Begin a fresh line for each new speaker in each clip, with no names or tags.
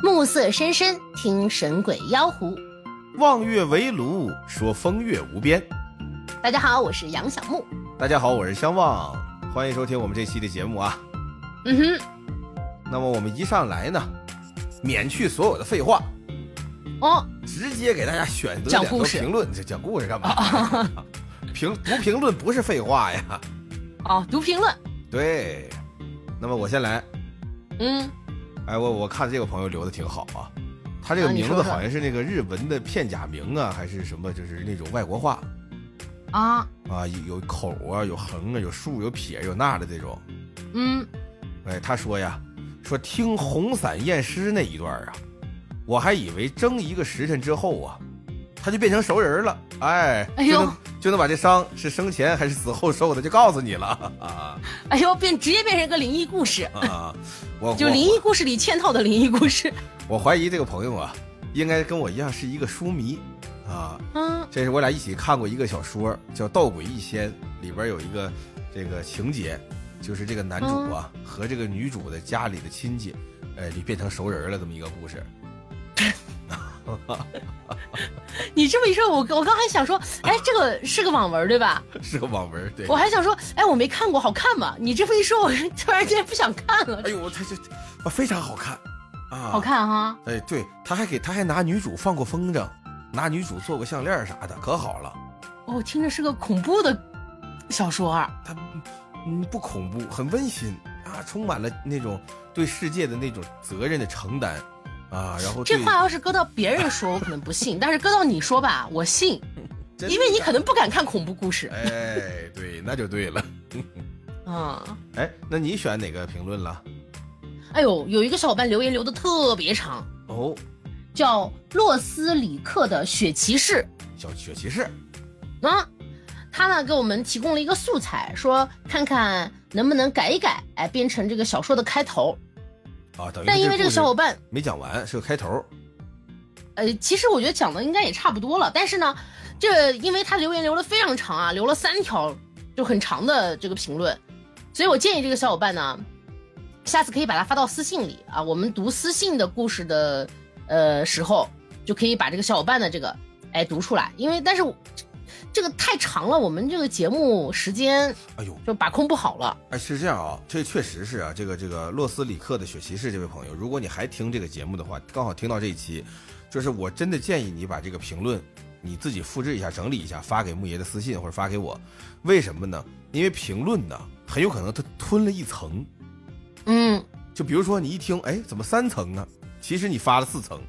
暮色深深，听神鬼妖狐。
望月为炉，说风月无边。
大家好，我是杨小木。
大家好，我是相望，欢迎收听我们这期的节目啊。
嗯哼，
那么我们一上来呢，免去所有的废话，
哦，
直接给大家选择
讲
两个
故事
评论。这讲故事干嘛？ 评读评论不是废话呀。
哦，读评论。
对，那么我先来。
嗯，
哎，我我看这个朋友留的挺好啊，他这个
啊你
名
说
字
说
好像是那个日文的片假名啊，还是什么，就是那种外国话
啊，
啊，有有口啊，有横啊，有竖，有撇，有捺的这种。
嗯，
哎，他说呀，说听红伞验尸那一段啊，我还以为蒸一个时辰之后啊，他就变成熟人了，哎，
哎
就
呦
能就能把这伤是生前还是死后受的就告诉你了 啊
哎呦，变直接变成一个灵异故事，
啊！我
就
我
灵异故事里嵌套的灵异故事。
我怀疑这个朋友啊，应该跟我一样是一个书迷啊，
嗯，
这是我俩一起看过一个小说，叫《盗鬼一仙》，里边有一个这个情节，就是这个男主啊、
哦
和这个女主的家里的亲戚，哎，就变成熟人了这么一个故事。
你这么一说，我我刚还想说，哎，这个是个网文对吧？
是个网文，对
我。还想说，哎，我没看过，好看吗？你这么一说，我 突然间不想看了
哎。呦，他这啊非常好看啊，
好。看哈、
哎，对，他还给他还拿女主放过风筝，拿女主做过项链啥的，可好了。
哦，听着是个恐怖的小说啊。
他嗯不恐怖，很温馨啊，充满了那种对世界的那种责任的承担啊，然后
这
对
话要是搁到别人说，我可能不信；但是搁到你说吧，我信，
真
因为你
的
可能不敢看恐怖故事。
哎，对，那就对了。
嗯，
哎，那你选哪个评论了？
哎呦，有一个小伙伴留言留的特别长，
哦，
叫洛斯里克的雪骑士
小雪骑士，
啊，他呢给我们提供了一个素材，说看看能不能改一改，哎，变成这个小说的开头。
啊，等于
但因为这
这
个小伙
伴
伴
没讲完，是个开头。
呃，其实我觉得讲的应该也差不多了，但是呢，这因为他留言留了非常长啊，留了三条就很长的这个评论，所以我建议这个小伙伴呢，下次可以把它发到私信里啊，我们读私信的故事的呃时候，就可以把这个小伙伴的这个哎读出来，因为但是我这个太长了，我们这个节目时间
哎呦，
就把控不好了。
哎，是这样啊，这确实是啊，这个这个洛斯里克的雪骑士这位朋友，如果你还听这个节目的话，刚好听到这一期，就是我真的建议你把这个评论你自己复制一下、整理一下，发给木爷的私信或者发给我。为什么呢？因为评论呢，很有可能它吞了一层。
嗯，
就比如说你一听，哎，怎么三层啊？其实你发了四层，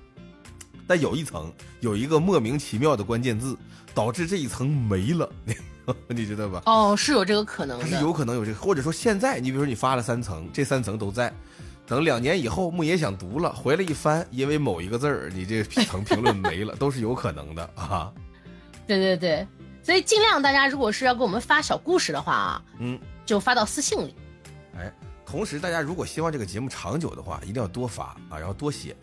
但有一层有一个莫名其妙的关键字，导致这一层没了， 你知道吧？
哦，是有这个可能
它是
的。
有可能有这个，或者说现在你比如说你发了三层，这三层都在，等两年以后木爷想读了，回来一翻，因为某一个字儿，你这层评论没了， 都是有可能的啊。
对对对，所以尽量大家如果是要给我们发小故事的话啊，
嗯，
就发到私信里。
哎，同时大家如果希望这个节目长久的话，一定要多发啊，然后多写。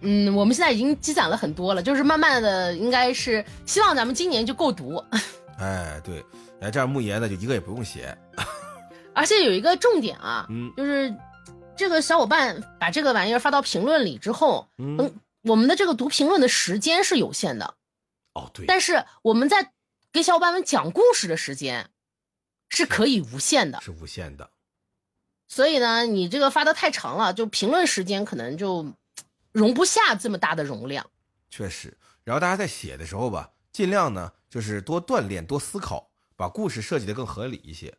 嗯，我们现在已经积攒了很多了，就是慢慢的，应该是希望咱们今年就够读。
哎，对，哎，这样木爷呢就一个也不用写，
而且有一个重点啊，
嗯
就是这个小伙伴把这个玩意儿发到评论里之后，
嗯
嗯，我们的这个读评论的时间是有限的，
哦对，
但是我们在给小伙伴们讲故事的时间是可以无限的。
是无限的。
所以呢，你这个发的太长了，就评论时间可能就嘖容不下这么大的容量。
确实。然后大家在写的时候吧，尽量呢就是多锻炼、多思考，把故事设计得更合理一些。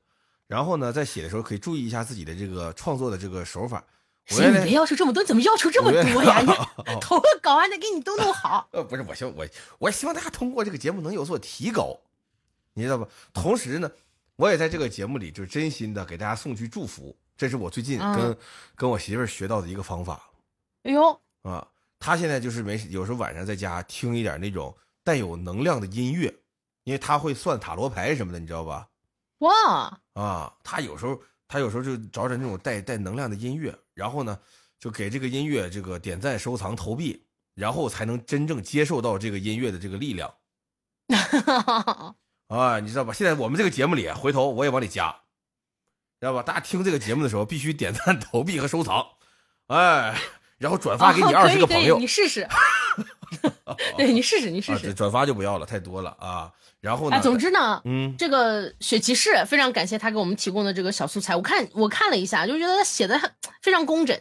然后呢，在写的时候可以注意一下自己的这个创作的这个手法。我
所以
原
你
来
别要求这么多，你怎么要求这么
我原来
多呀？你
哦
投个稿还得给你都弄好。
呃，不是，我希望我我希望大家通过这个节目能有所提高，你知道吧？同时呢，我也在这个节目里就是真心的给大家送去祝福，这是我最近跟、
嗯
跟我媳妇儿学到的一个方法
哎呦，
啊。她现在就是没事，有时候晚上在家听一点那种带有能量的音乐，因为她会算塔罗牌什么的，你知道吧？
哇，
啊，他有时候他有时候就找点那种带带能量的音乐，然后呢，就给这个音乐这个点赞、收藏、投币，然后才能真正接受到这个音乐的这个力量啊，你知道吧？现在我们这个节目里，回头我也往里加，知道吧？大家听这个节目的时候，必须点赞、投币和收藏，哎，然后转 发给你二十个朋友
哦可以可以，你试 试，对你试试，你试
啊，
试
这。转发就不要了，太多了啊。然后呢
啊，，总之呢，
嗯，
这个雪骑士非常感谢他给我们提供的这个小素材。我看我看了一下，就觉得他写的非常工整。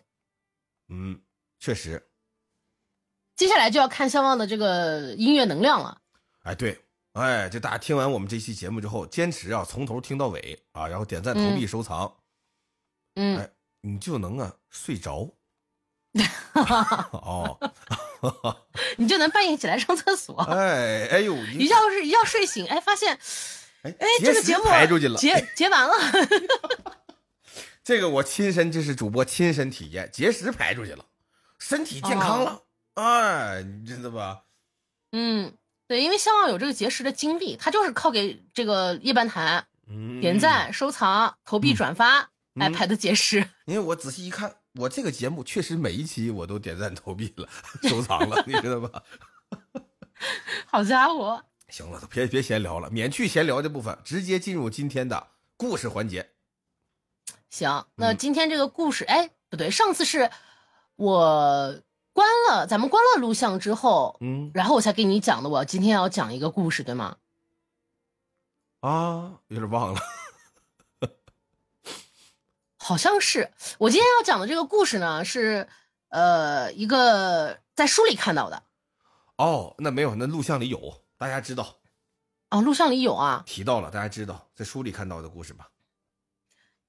嗯，确实，
接下来就要看肖望的这个音乐能量了。
哎，对，哎，这大家听完我们这期节目之后，坚持啊，从头听到尾啊，然后点赞、投币、收藏，
嗯
哎，你就能啊睡着。 哦，
你就能半夜起来上厕所，
哎，哎呦，
一
你
觉睡一觉睡醒，哎，发现
哎
哎这个
时
节目
排出去了，
结结完了，
这个我亲身，这是主播亲身体验，节食排出去了，身体健康
哦
了，哎，你知道吧？
嗯，对，因为肖望有这个节食的经历，他就是靠给这个夜半谈
嗯
点赞、收藏、投币、转发，来
嗯
排的节食。
因为我仔细一看，我这个节目确实每一期我都点赞、投币了、 收藏了，你知道吧？
好家伙，
行了，别别闲聊了，免去闲聊这部分，直接进入今天的故事环节。
行，那
嗯
今天这个故事，哎，不对，上次是我关了，咱们关了录像之后，
嗯
然后我才给你讲的，我今天要讲一个故事，对吗？
啊，有点忘了。
好像是我今天要讲的这个故事呢，是呃一个在书里看到的
哦，那没有，那录像里有，大家知道
啊，录像里有啊
提到了，大家知道在书里看到的故事吧？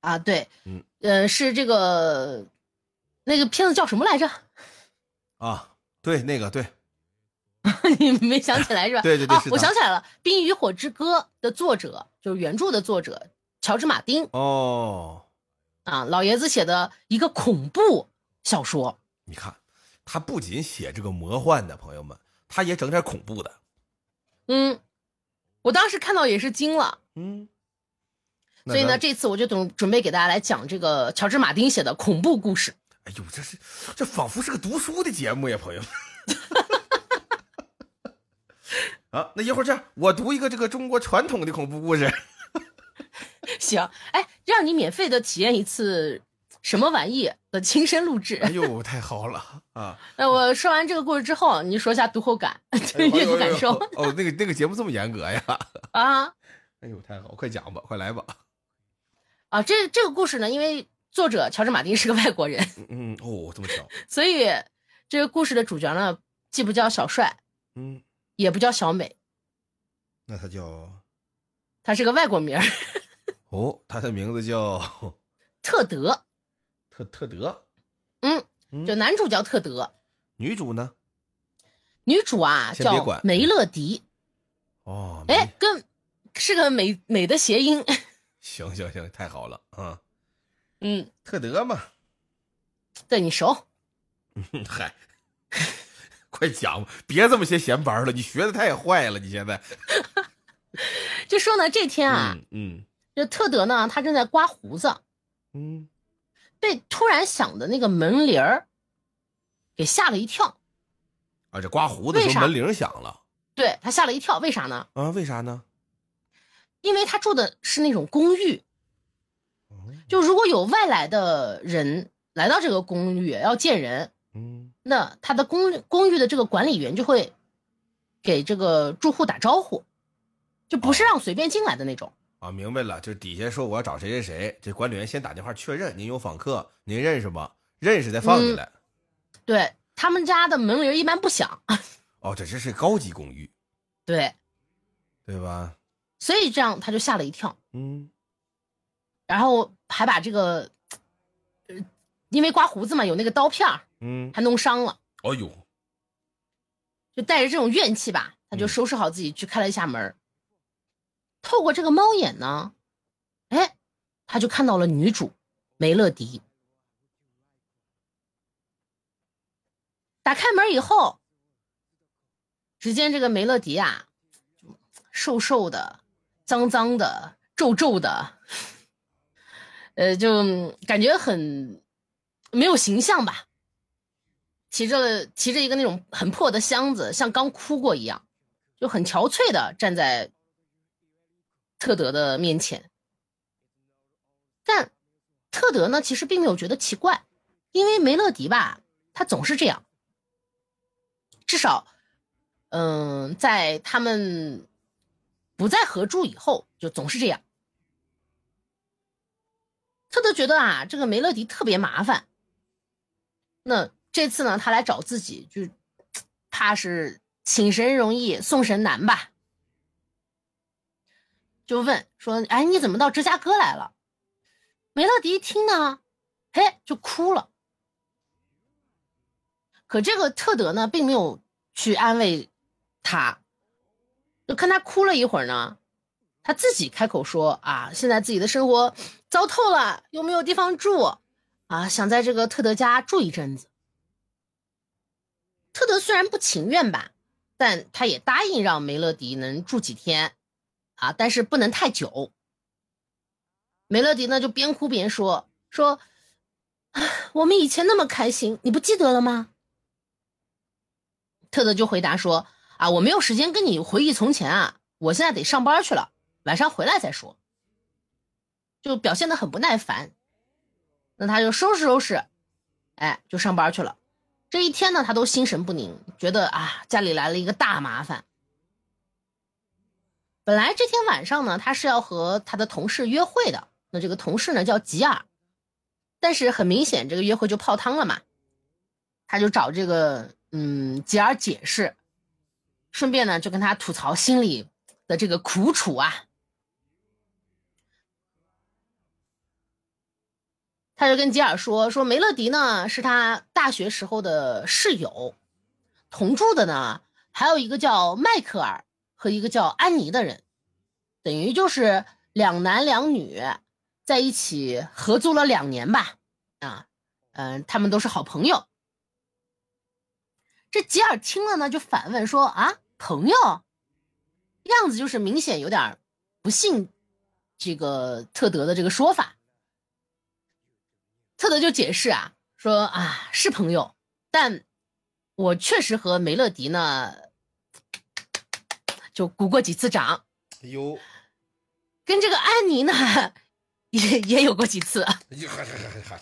啊，对，
嗯，
呃，是这个那个片子叫什么来着？
啊，对，那个对，
你没想起来是吧？
对对对
啊
是的
我想起来了，《冰与火之歌》的作者就是原著的作者乔治·马丁
哦，
啊，老爷子写的一个恐怖小说。
你看，他不仅写这个魔幻的，朋友们，他也整点恐怖的。
嗯，我当时看到也是惊了，
嗯，
所以呢，
咱，
这次我就准准备给大家来讲这个乔治·马丁写的恐怖故事。
哎呦，这是这仿佛是个读书的节目呀，朋友们。 啊，那一会儿这样，我读一个这个中国传统的恐怖故事。
行，哎，让你免费的体验一次什么玩意的亲身录
哎
制。
呦，太好了啊！
那我说完这个故事之后，你说一下读后感、
哎
对
呦
阅读
哎
感
呦
受
哎呦哦，那个那个节目这么严格呀？
啊。
哎呦，太好，快讲吧，快来吧。
啊，这这个故事呢，因为作者乔治·马丁是个外国人，
嗯嗯，哦，这么巧。
所以这个故事的主角呢，既不叫小帅，
嗯，
也不叫小美，
那他叫
他是个外国名儿，
哦，他的名字叫
特德。
特特德。
嗯
嗯
就男主叫特德，
女主呢？
女主啊
先别
叫
管
梅乐迪，
哦，没
哎，跟是个美美的谐音。
行行行，太好了啊！
嗯，
特德嘛，
对你熟。
嗯嗨，快讲吧，别这么些闲班了，你学的太坏了，你现在。
就说呢，这天啊，
嗯嗯
这特德呢，他正在刮胡子，
嗯，
被突然响的那个门铃儿给吓了一跳。
啊，这刮胡子的
为
时
啥
候门铃响了
对他吓了一跳，为啥呢？
啊？为啥呢？
因为他住的是那种公寓，
嗯
就如果有外来的人来到这个公寓要见人，
嗯
那他的公公寓的这个管理员就会给这个住户打招呼，就不是让随便进来的那种。
啊，明白了，就是底下说我要找谁谁谁，这管理员先打电话确认您有访客，您认识吗？认识再放
嗯
进来。
对他们家的门铃一般不响，
哦，这这是高级公寓，
对，
对吧？
所以这样他就吓了一跳，
嗯
然后还把这个，呃，因为刮胡子嘛，有那个刀片儿
嗯，
还弄伤了，
哦呦，
就带着这种怨气吧，他就
嗯
收拾好自己去开了一下门儿。透过这个猫眼呢，哎，他就看到了女主梅乐迪。打开门以后，只见这个梅乐迪啊，瘦瘦的、脏脏的、皱皱的，呃，就嗯感觉很没有形象吧。提着提着一个那种很破的箱子，像刚哭过一样，就很憔悴的站在特德的面前。但特德呢，其实并没有觉得奇怪，因为梅乐迪吧，他总是这样。至少，嗯、在他们不再合住以后，就总是这样。特特觉得啊，这个梅乐迪特别麻烦。那这次呢，他来找自己，就怕是请神容易送神难吧？就问说：“哎，你怎么到芝加哥来了？”梅乐迪一听呢，嘿，就哭了。可这个特德呢，并没有去安慰他，就看他哭了一会儿呢，他自己开口说：“啊，现在自己的生活糟透了，又没有地方住，啊，想在这个特德家住一阵子。”特德虽然不情愿吧，但他也答应让梅乐迪能住几天，啊，但是不能太久。梅乐迪呢就边哭边说：“说，唉我们以前那么开心，你不记得了吗？”特德就回答说：“啊，我没有时间跟你回忆从前啊，我现在得上班去了，晚上回来再说。”就表现得很不耐烦。那他就收拾收拾，哎，就上班去了。这一天呢，他都心神不宁，觉得啊，家里来了一个大麻烦。本来这天晚上呢，他是要和他的同事约会的。那这个同事呢叫吉尔，但是很明显这个约会就泡汤了嘛。他就找这个嗯吉尔解释，顺便呢就跟他吐槽心里的这个苦楚啊。他就跟吉尔说：“说梅乐迪呢是他大学时候的室友，同住的呢还有一个叫迈克尔和一个叫安妮的人，等于就是两男两女在一起合租了两年吧。啊，嗯、他们都是好朋友。”这吉尔听了呢，就反问说：“啊，朋友？”样子就是明显有点儿不信这个特德的这个说法。特德就解释啊，说啊是朋友，但我确实和梅乐迪呢就鼓过几次掌，
哎呦，
跟这个安妮呢也也有过几次。
哎呦，还还还还还，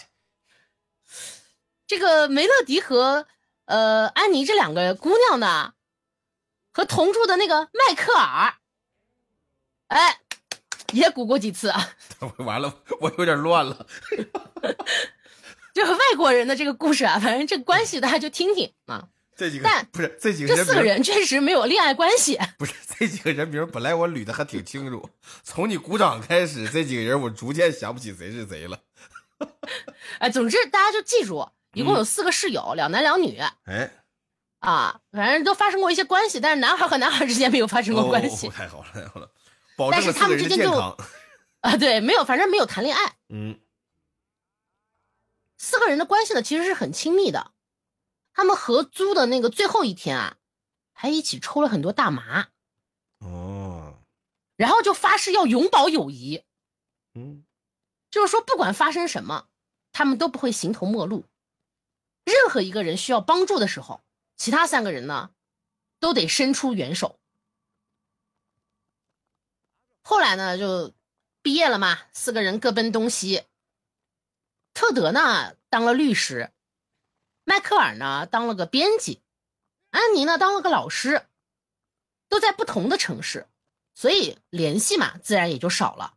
这个梅乐迪和呃安妮这两个姑娘呢，和同住的那个迈克尔，哎，也鼓过几次啊。
完了，我有点乱了。
这个外国人的这个故事啊，反正这关系大家就听听啊。
这几个
但
不是这几个
这
人
四个
名
人确实没有恋爱关系，
不是这几个人名，本来我捋的还挺清楚，从你鼓掌开始，这几个人我逐渐想不起谁是谁了。
哎，总之大家就记住，一共有四个室友，两男两女
哎，
啊，反正都发生过一些关系，但是男孩和男孩之间没有发生过关系、
哦太好了，太好 了，保
但是
证了四
他
个
们
人
之
的
间
健
就
康。
啊，对，没有，反正没有谈恋爱。
嗯，
四个人的关系呢，其实是很亲密的。他们合租的那个最后一天啊，还一起抽了很多大麻，
哦，
然后就发誓要永葆友谊，
嗯，
就是说不管发生什么，他们都不会形同陌路。任何一个人需要帮助的时候，其他三个人呢，都得伸出援手。后来呢，就毕业了嘛，四个人各奔东西。特德呢当了律师，迈克尔呢当了个编辑，安妮呢当了个老师，都在不同的城市，所以联系嘛自然也就少了。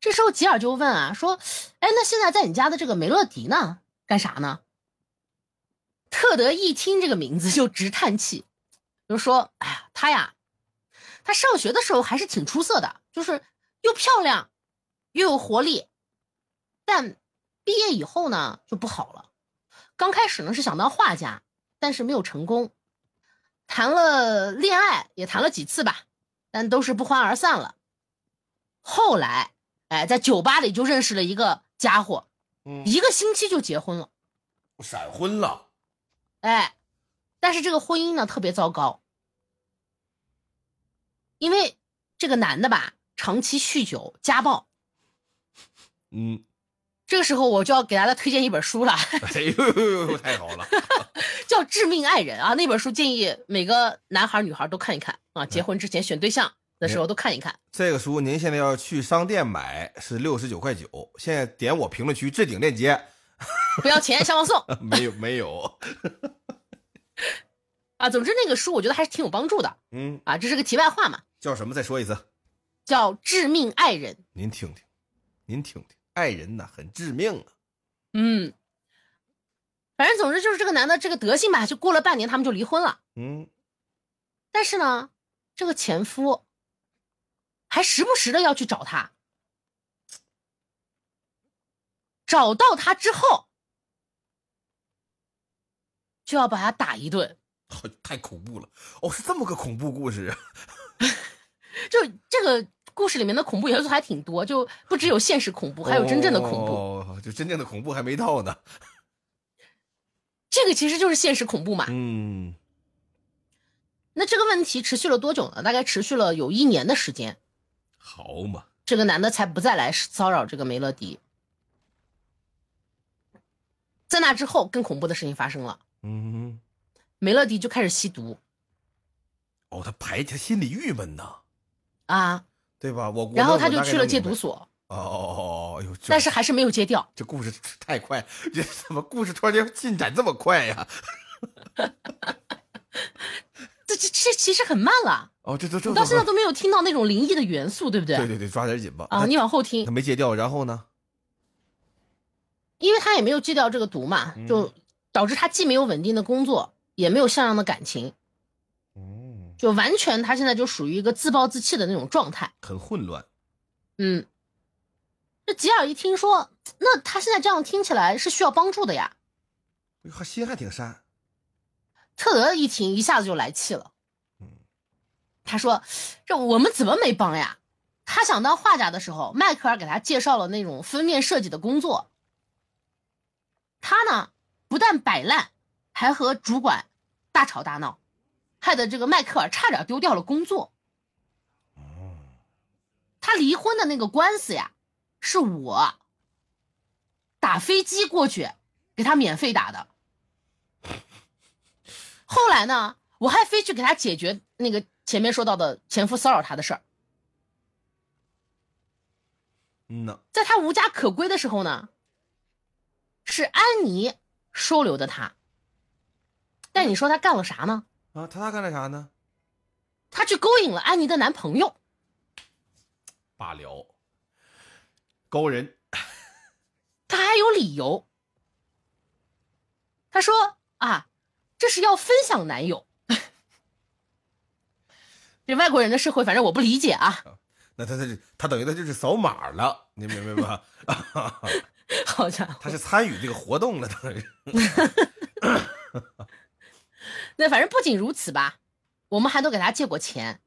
这时候吉尔就问啊，说：“哎，那现在在你家的这个梅洛迪呢？干啥呢？”特德一听这个名字就直叹气，就说：“哎呀，他呀，他上学的时候还是挺出色的，就是又漂亮又有活力，但毕业以后呢就不好了。刚开始呢是想当画家，但是没有成功，谈了恋爱也谈了几次吧，但都是不欢而散了。后来。”哎，在酒吧里就认识了一个家伙，
嗯
一个星期就结婚了。
闪婚了，
哎，但是这个婚姻呢特别糟糕，因为这个男的吧长期酗酒、家暴。
嗯，
这个时候我就要给大家推荐一本书了，
哎呦呦呦呦，太好了，
叫《致命爱人》啊。那本书建议每个男孩女孩都看一看啊，结婚之前选对象的时候都看一看。
这个书您现在要去商店买是六十九块九，现在点我评论区置顶链接，
不要钱，上网送
没有没 有，
啊。总之，那个书我觉得还是挺有帮助的
嗯，
啊。这是个题外话嘛，
叫什么？再说一次，
叫《致命爱人》。
您听听，您听听，爱人呐，很致命啊。
嗯，反正总之就是这个男的这个德性吧，就过了半年他们就离婚了。
嗯，
但是呢，这个前夫还时不时的要去找她。找到她之后，就要把她打一顿。
好 太恐怖了。哦，是这么个恐怖故事啊。
就这个故事里面的恐怖元素还挺多，就不只有现实恐怖，还有真正的恐怖。
哦，就真正的恐怖还没到呢。
这个其实就是现实恐怖嘛。
嗯，
那这个问题持续了多久呢？大概持续了有一年的时间，
好嘛，
这个男的才不再来骚扰这个梅乐迪。在那之后，更恐怖的事情发生了，
嗯，
梅乐迪就开始吸毒
哦，他排他心里郁闷呐，
啊，
对吧？我我
然后
我
他就
大概
去了
能
戒
明白
毒。所，
哦哦哦哦，哎呦，这
但是还是没有戒掉。
这故事太快，这怎么故事突然间进展这么快呀？
这这这其实很慢了，
哦，这这这
我到现在都没有听到那种灵异的元素，对不对？
对对对，抓点紧吧。
啊，
他
你往后听
他。没戒掉，然后呢？
因为他也没有戒掉这个毒嘛，
嗯
就导致他既没有稳定的工作，也没有像样的感情，
嗯，
就完全他现在就属于一个自暴自弃的那种状态。
很混乱。哎
嗯，这吉尔一听说，那他现在这样听起来是需要帮助的呀。
哎呦还心还挺善。
特德一听，一下子就来气了
嗯。
他说：“这我们怎么没帮呀？”他想当画家的时候，迈克尔给他介绍了那种封面设计的工作。他呢，不但摆烂，还和主管大吵大闹，害得这个迈克尔差点丢掉了工作。嗯他离婚的那个官司呀，是我打飞机过去给他免费打的。后来呢，我还非去给他解决那个前面说到的前夫骚扰他的事儿。
嗯呐，
在他无家可归的时候呢，是安妮收留的他。但你说他干了啥呢？
啊，他他干了啥呢？
他去勾引了安妮的男朋友。
罢了，高人。
他还有理由。他说啊，这是要分享男友。 这外国人的社会，反正我不理解啊。
那他他就他等于他就是扫码了，你明白吧？
好家伙，
他是参与这个活动了，等于是。
那反正不仅如此吧，我们还都给他借过钱，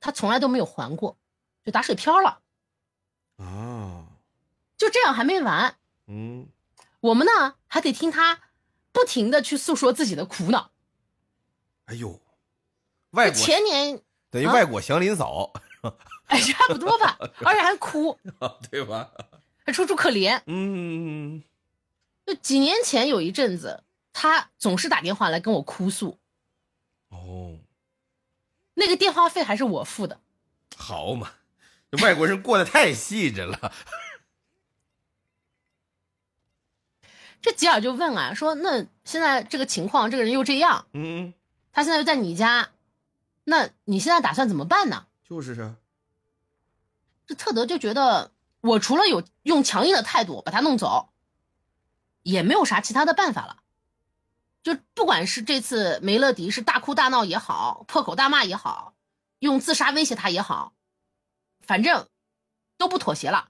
他从来都没有还过，就打水漂了。
啊，
就这样还没完，
嗯，
我们呢还得听他不停的去诉说自己的苦恼。
哎呦，外国
前年
等于
啊
外国祥林嫂，
哎差不多吧，而且还哭，
啊对吧？
还楚楚可怜。
嗯，
就几年前有一阵子，他总是打电话来跟我哭诉，
哦，
那个电话费还是我付的。
好嘛，这外国人过得太细致了。
这吉尔就问啊，说那现在这个情况，这个人又这样，
嗯，
他现在又在你家，那你现在打算怎么办呢？
就是啊，
这特德就觉得，我除了有用强硬的态度把他弄走，也没有啥其他的办法了。就不管是这次梅乐迪是大哭大闹也好，破口大骂也好，用自杀威胁他也好，反正都不妥协了。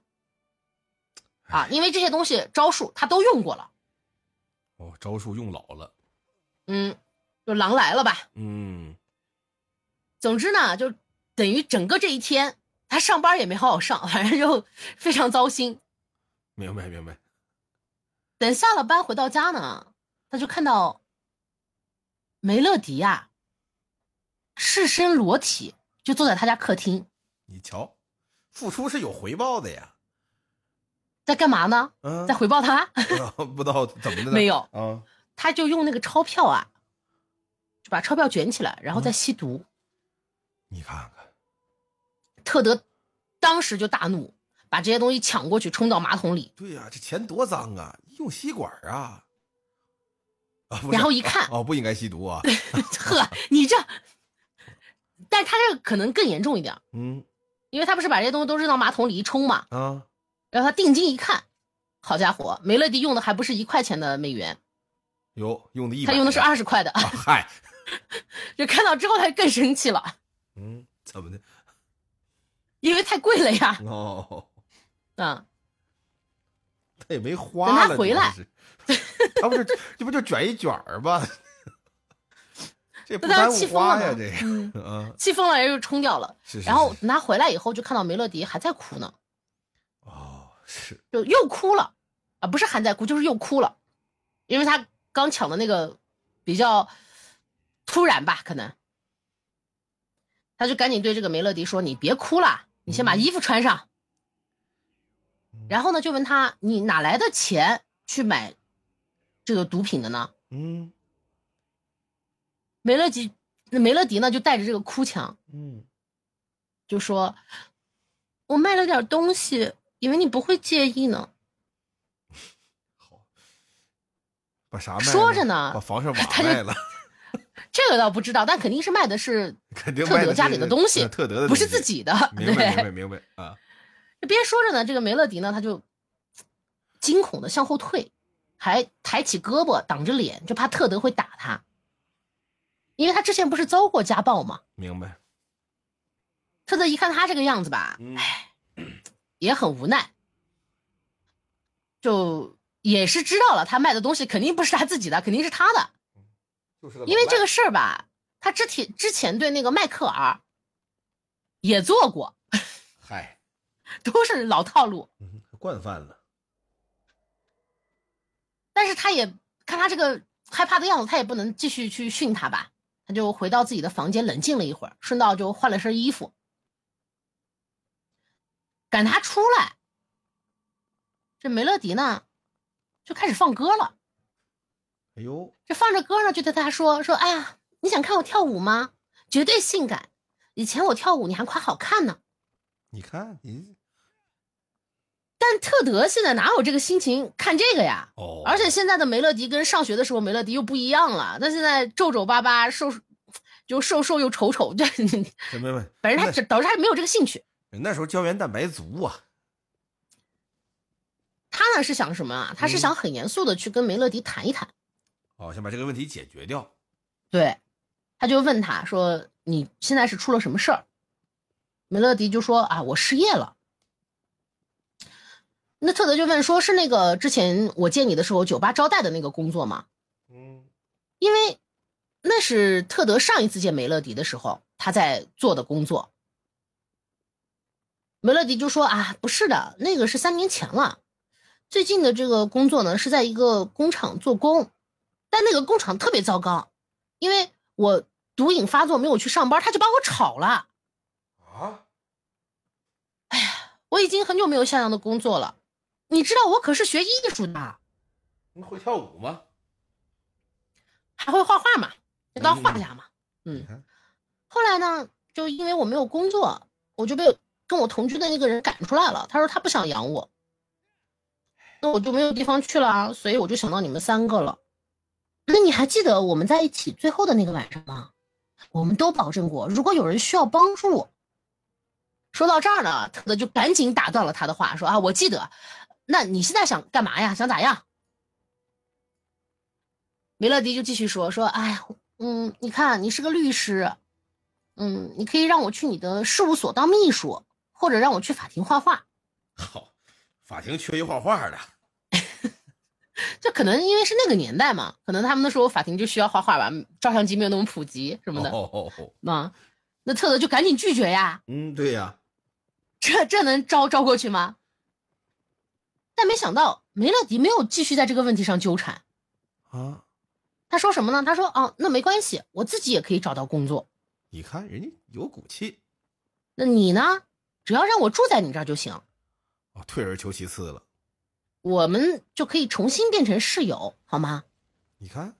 啊，因为这些东西招数他都用过了，
哦，招数用老了。
嗯，就狼来了吧。
嗯，
总之呢，就等于整个这一天，他上班也没好好上，反正就非常糟心。
明白明白。
等下了班回到家呢，他就看到梅乐迪呀、赤身裸体就坐在他家客厅，
你瞧，付出是有回报的呀。
在干嘛呢？
嗯
在，回报他？
不知道不知道怎么的呢
没有，
啊？
他就用那个钞票啊，就把钞票卷起来，然
嗯
后再吸毒。
你看看，
特德当时就大怒，把这些东西抢过去冲到马桶里，
对呀、这钱多脏啊，用吸管啊，啊，不是
然后一看，
哦，不应该吸毒啊，
呵，你这，但他这个可能更严重一点，
嗯
因为他不是把这些东西都扔到马桶里一冲嘛，
啊，
然后他定睛一看，好家伙，梅乐迪用的还不是一块钱的美元，
有用的一
他
百个，
用的是二十块的，
啊，嗨，
就看到之后他更生气了，
嗯，怎么的？
因为太贵了呀，
哦，
嗯，
他也没花
等
了，
他
主要
回来
是，他不是这不就卷一卷儿吗？这不
那当
耽
时气
误
疯了
花
嘛
呀，这个
嗯，
啊，
气疯了，然后就冲掉了。
是是
然后
是
等他回来以后，就看到梅乐迪还在哭呢，
哦，是
就又哭了，啊，不是还在哭，就是又哭了，因为他刚抢的那个比较突然吧，可能，他就赶紧对这个梅乐迪说：“你别哭了，你先把衣服穿上。然后呢，就问他：“你哪来的钱去买这个毒品的呢
嗯？”
梅乐迪，梅乐迪呢就带着这个哭腔，
嗯
就说：“我卖了点东西，以为你不会介意呢。
把啥卖了
说着呢
把防晒网
他就
卖了，”
这个倒不知道，但肯定是卖的是
肯定
特
卖
德
的
家
是
里的东西
呃特德的
不是
东西
自，己的。
明白明
对，
白明白啊，
边说着呢，这个梅乐迪呢，他就惊恐的向后退，还抬起胳膊挡着脸，就怕特德会打他，因为他之前不是遭过家暴嘛。
明白，
特德一看他这个样子吧，
嗯
也很无奈，就也是知道了他卖的东西肯定不是他自己的，肯定是他的，
就是
因为这
个
个事儿吧，他之前之前对那个迈克尔也做过，
嗨，
都是老套路。
嗯惯犯了，
但是他也看他这个害怕的样子，他也不能继续去训他吧，他就回到自己的房间冷静了一会儿，顺道就换了身衣服。赶他出来，这梅乐迪呢就开始放歌了。
哎呦，
这放着歌呢，就对他说说：“哎呀，你想看我跳舞吗？绝对性感！以前我跳舞你还夸好看呢。
你看你”
但特德现在哪有这个心情看这个呀？
哦，
而且现在的梅乐迪跟上学的时候梅乐迪又不一样了，那现在皱皱巴巴、瘦，就瘦瘦又丑丑，这
没没没，
反正他
那
只导致他没有这个兴趣。
那时候胶原蛋白足啊，
他呢是想什么啊？他是
嗯
想很严肃的去跟梅乐迪谈一谈。
哦，先把这个问题解决掉，
对，他就问他说：“你现在是出了什么事儿？”梅乐迪就说：“啊，我失业了。”那特德就问说：“是那个之前我见你的时候酒吧招待的那个工作吗？”
嗯
因为那是特德上一次见梅乐迪的时候他在做的工作。梅乐迪就说啊，不是的，那个是三年前了。最近的这个工作呢，是在一个工厂做工，但那个工厂特别糟糕，因为我毒瘾发作没有去上班，他就把我炒了。
啊，
我已经很久没有像样的工作了，你知道我可是学艺术的，
那会跳舞吗？
还会画画嘛，就当画家嘛。
你
嗯，
看，
后来呢，就因为我没有工作，我就被跟我同居的那个人赶出来了。他说他不想养我，那我就没有地方去了啊，所以我就想到你们三个了。那你还记得我们在一起最后的那个晚上吗？我们都保证过，如果有人需要帮助。说到这儿呢，特德就赶紧打断了他的话，说啊，我记得，那你现在想干嘛呀？想咋样？梅乐迪就继续说说，哎呀，嗯，你看你是个律师，嗯，你可以让我去你的事务所当秘书，或者让我去法庭画画。
好，法庭缺一画画的，
这可能因为是那个年代嘛，可能他们那时候法庭就需要画画吧，照相机没有那么普及什么的啊、
哦哦哦，
那特德就赶紧拒绝呀，
嗯，对呀，
这这能招招过去吗？但没想到梅乐迪没有继续在这个问题上纠缠，
啊，
他说什么呢？他说啊，那没关系，我自己也可以找到工作。
你看人家有骨气
那你呢？只要让我住在你这儿就行，
啊，退而求其次了，
我们就可以重新变成室友，好吗？
你看，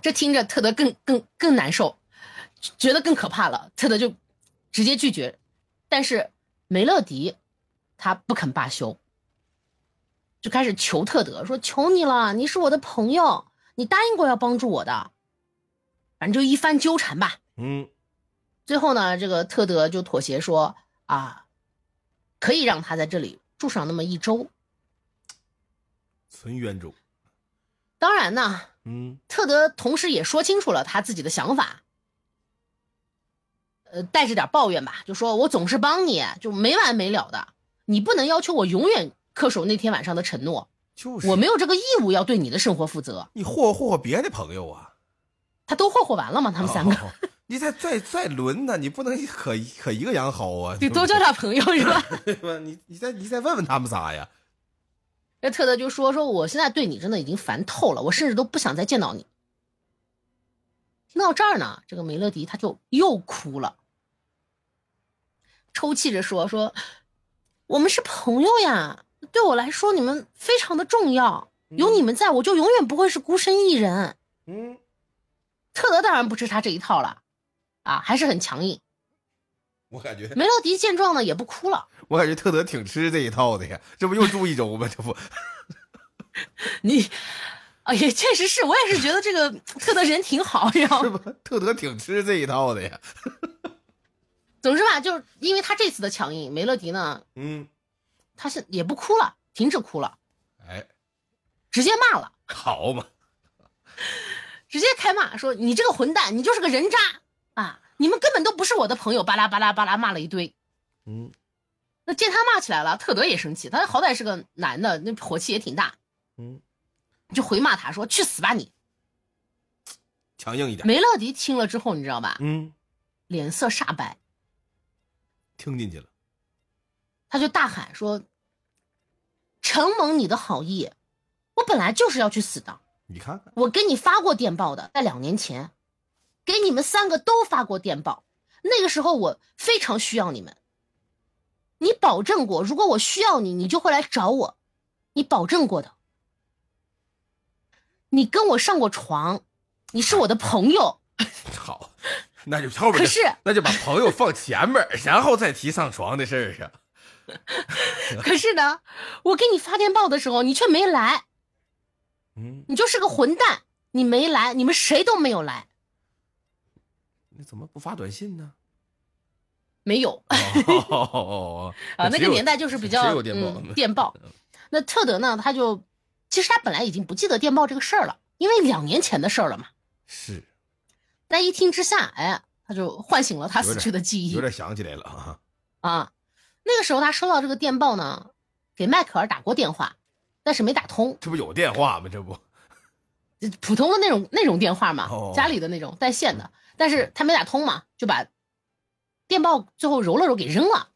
这听着特德更更更难受，觉得更可怕了。特德就直接拒绝，但是梅乐迪他不肯罢休，就开始求特德说：“求你了，你是我的朋友，你答应过要帮助我的。”反正就一番纠缠吧。
嗯
最后呢，这个特德就妥协说：“啊，可以让他在这里住上那么一周。
纯冤种。”
当然呢，
嗯
特德同时也说清楚了他自己的想法，呃，带着点抱怨吧，就说我总是帮你，就没完没了的，你不能要求我永远恪守那天晚上的承诺，
就是
我没有这个义务要对你的生活负责。
你霍霍霍霍别的朋友啊，
他都霍霍完了吗？他们三个，
哦你再再再轮呢，你不能可可一个羊薅啊，
得多交点朋友是吧？
对吧？你你再你再问问他们仨呀，
那特德就说说我现在对你真的已经烦透了，我甚至都不想再见到你。听到这儿呢，这个梅乐迪他就又哭了，抽泣着说说我们是朋友呀，对我来说你们非常的重要，有你们在我就永远不会是孤身一人。
嗯
特德当然不吃他这一套了，啊，还是很强硬。
我感觉
梅乐迪见状呢，也不哭了。
我感觉特德挺吃这一套的呀，这不又住一周吗？这不，
你，啊，也确实是我也是觉得这个特德人挺好，你知道吗
这？不特德挺吃这一套的呀。
总之吧，就是因为他这次的强硬，梅乐迪呢，
嗯，
他是也不哭了，停止哭了，
哎，
直接骂了，
好嘛，
直接开骂说：“你这个混蛋，你就是个人渣啊！你们根本都不是我的朋友！”巴拉巴拉巴拉骂了一堆。
嗯，
那见他骂起来了，特德也生气，他好歹是个男的，那火气也挺大，
嗯，
就回骂他说：“去死吧你
强硬一！”点。
梅乐迪听了之后，你知道吧，
嗯，
脸色煞白，
听进去了。
他就大喊说：“承蒙你的好意，我本来就是要去死的。”
你看看，
我给你发过电报的，在两年前，给你们三个都发过电报。那个时候我非常需要你们，你保证过，如果我需要你，你就会来找我，你保证过的。你跟我上过床，你是我的朋友，
好，那就后边
可
就是那就把朋友放前面，然后再提上床的事儿啊。
可是呢，我给你发电报的时候，你却没来，
嗯，
你就是个混蛋，你没来，你们谁都没有来，
你怎么不发短 信呢？
没有。
哦哦哦
啊，那个年代就是比较
只有电报
嗯、电报。那特德呢，他就其实他本来已经不记得电报这个事儿了，因为两年前的事儿了嘛。
是
但一听之下，哎，他就唤醒了他
有
死
点
去的记忆
有点想起来了啊。
啊。那个时候他收到这个电报呢，给迈克尔打过电话，但是没打通，
这不有电话吗？这不，
就普通的那种那种电话嘛，
哦嗯
家里的那种带线的，但是他没打通嘛，就把电报最后揉了揉给扔了。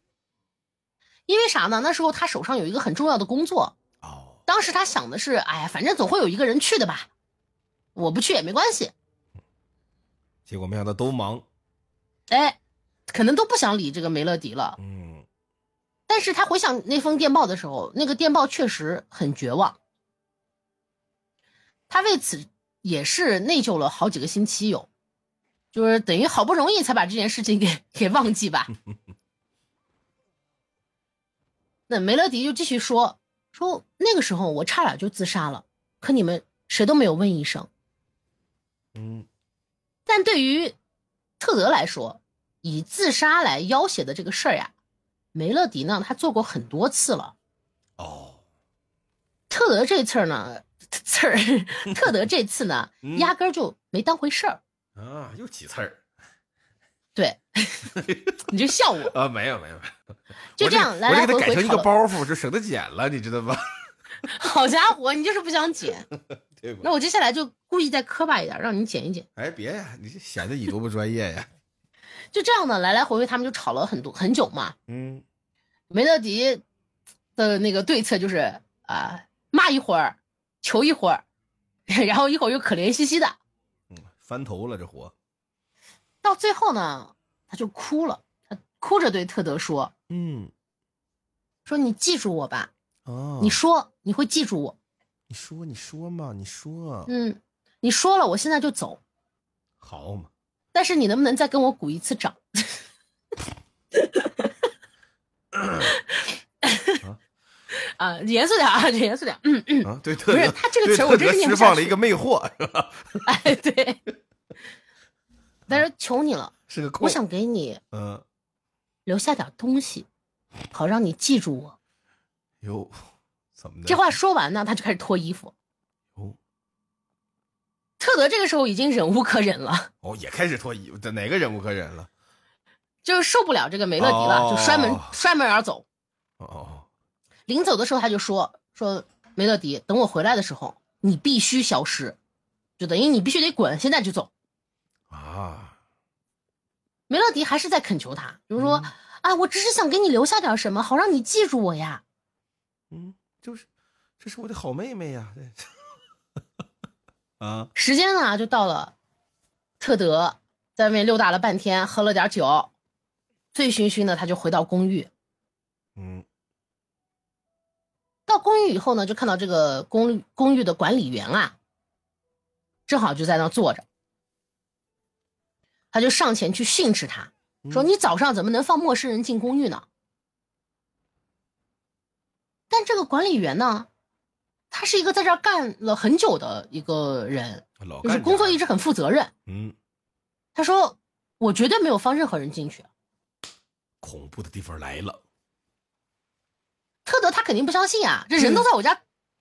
因为啥呢？那时候他手上有一个很重要的工作，
哦，
当时他想的是，哎呀，反正总会有一个人去的吧，我不去也没关系。
结果没想到都忙。
哎，可能都不想理这个梅乐迪了。
嗯，
但是他回想那封电报的时候，那个电报确实很绝望。他为此也是内疚了好几个星期有，就是等于好不容易才把这件事情给给忘记吧。那梅乐迪就继续说说那个时候我差点就自杀了，可你们谁都没有问一声。
嗯，
但对于特德来说，以自杀来要挟的这个事儿呀，梅乐迪呢，他做过很多次了。
哦，
特德这次儿呢， 刺儿，特德这次呢，
嗯
压根儿就没当回事儿。
啊，又起刺儿
对，你就笑我，
啊？没有没有没有，
就
我
这样来
我
来
给它
回
改
回
成一
讨
个
论。
包袱，就省得剪了，你知道吧？
好家伙，你就是不想剪。
对吧
那？我接下来就故意再磕巴一点，让你剪一剪。
哎，别呀，你这显得你多不专业 呀。
就这样呢，来来回回他们就吵了很多很久嘛。
嗯，
梅乐迪的那个对策就是啊、骂一会儿，求一会儿，然后一会儿又可怜兮兮的，
嗯，翻头了这活。
到最后呢，他就哭了，他哭着对特德说
嗯，：“
说你记住我吧，
哦，
你说你会记住我，
你说你说嘛，你说
嗯，你说了，我现在就走，
好嘛？
但是你能不能再跟我鼓一次掌？” 啊，严肃点啊，严肃点。嗯，
啊，对特
不是
德，
他这个
对
词儿
特
我真
德
是念
释
不下
放了一
去。
个魅惑，
哎，对。 他说：“求你了，
是个空。
我想给你
嗯，
留下点东西，好让你记住我。
哟，怎么”的？
这话说完呢，他就开始脱衣服。
哦
特德这个时候已经忍无可忍了，
哦，也开始脱衣服，这哪个忍无可忍了？
就是受不了这个梅乐迪了，就摔门
哦
摔门而走。
哦哦，
临走的时候，他就说：“说梅乐迪，等我回来的时候，你必须消失，就等于你必须得滚，现在就走。”
哦啊，
梅乐迪还是在恳求他，比如说
嗯，
啊，我只是想给你留下点什么，好让你记住我呀。
嗯，就是，这是我的好妹妹呀，这啊，
时间呢就到了，特德在外面溜达了半天，喝了点酒，醉醺醺的他就回到公寓。
嗯
到公寓以后呢，就看到这个公寓公寓的管理员啊，正好就在那儿坐着，他就上前去训斥他，说：“
嗯
你早上怎么能放陌生人进公寓呢？”但这个管理员呢，他是一个在这儿干了很久的一个人，
老
就是
干
工作
点儿
一直很负责任。
嗯，
他说：“我绝对没有放任何人进去。
恐怖的地方来了，”
特德他肯定不相信啊，这人
嗯
都在我家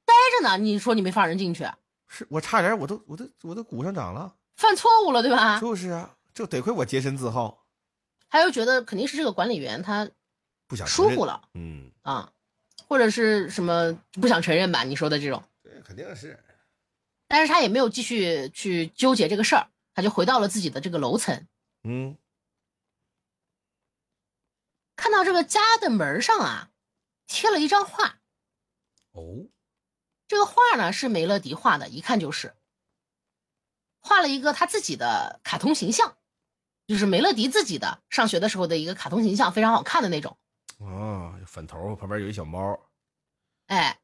待着呢，你说你没放人进去，
是我差点我都我都我都鼓上掌了，
犯错误了对吧？
就是啊，就得亏我洁身自好，
他又觉得肯定是这个管理员他
不想承
疏
认
忽，了
嗯，
啊，或者是什么不想承认吧，你说的这种。
这肯定是，
但是他也没有继续去纠结这个事儿，他就回到了自己的这个楼层，
嗯
看到这个家的门上啊贴了一张画，
哦，
这个画呢是梅乐迪画的，一看就是画了一个他自己的卡通形象，就是梅乐迪自己的上学的时候的一个卡通形象，非常好看的那种。
啊，有粉头旁边有一小猫，
哎，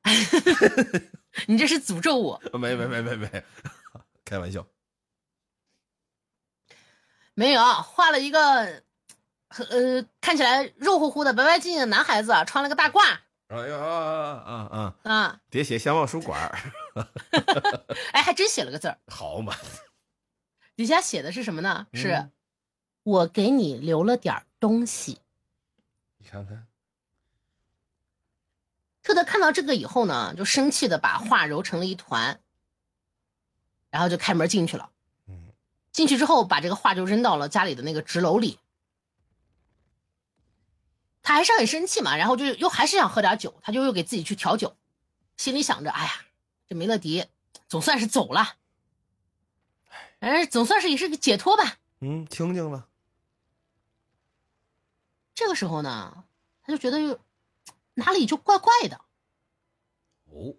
你这是诅咒我！
没没没没没，开玩笑，
没有，画了一个，呃，看起来肉乎乎的、白白净净的男孩子啊，穿了个大褂
哎呀啊啊啊！
啊，
喋血相望书馆儿，
哎，还真写了个字儿。
好嘛，
底下写的是什么呢？是、
嗯
我给你留了点儿东西。
你看看，
特德看到这个以后呢，就生气的把画揉成了一团，然后就开门进去了。
嗯，
进去之后，把这个画就扔到了家里的那个纸篓里。他还是很生气嘛，然后就又还是想喝点酒，他就又给自己去调酒，心里想着，哎呀，这梅乐迪总算是走了，哎，总算是也是个解脱吧。
嗯，清静了，
这个时候呢，他就觉得有哪里就怪怪的，
哦，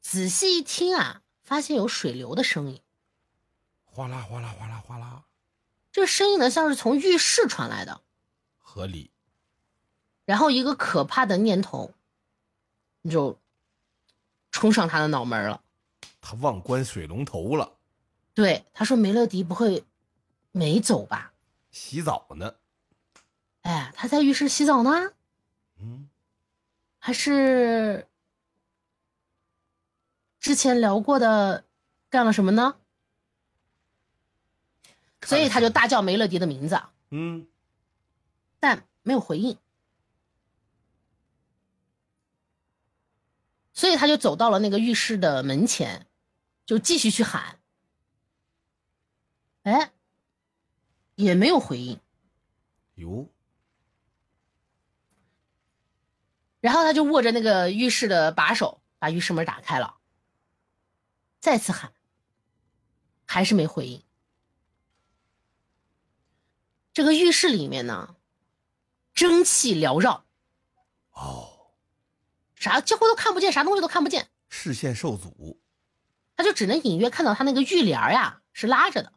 仔细一听啊，发现有水流的声音。
哗啦哗啦哗啦哗啦，
这个声音呢，像是从浴室传来的。
合理，
然后一个可怕的念头就冲上他的脑门了。
他忘关水龙头了，
对，他说梅乐迪不会没走吧？
洗澡呢，
哎，他在浴室洗澡呢，
嗯，
还是之前聊过的干了什么呢？所以他就，大叫梅乐迪的名字，啊
嗯，
但没有回应。所以他就走到了那个浴室的门前，就继续去喊，哎，也没有回应。
哟，
然后他就握着那个浴室的把手，把浴室门打开了，再次喊，还是没回应。这个浴室里面呢，蒸汽缭绕，
哦，
啥几乎都看不见，啥东西都看不见，
视线受阻，
他就只能隐约看到他那个浴帘儿呀是拉着的，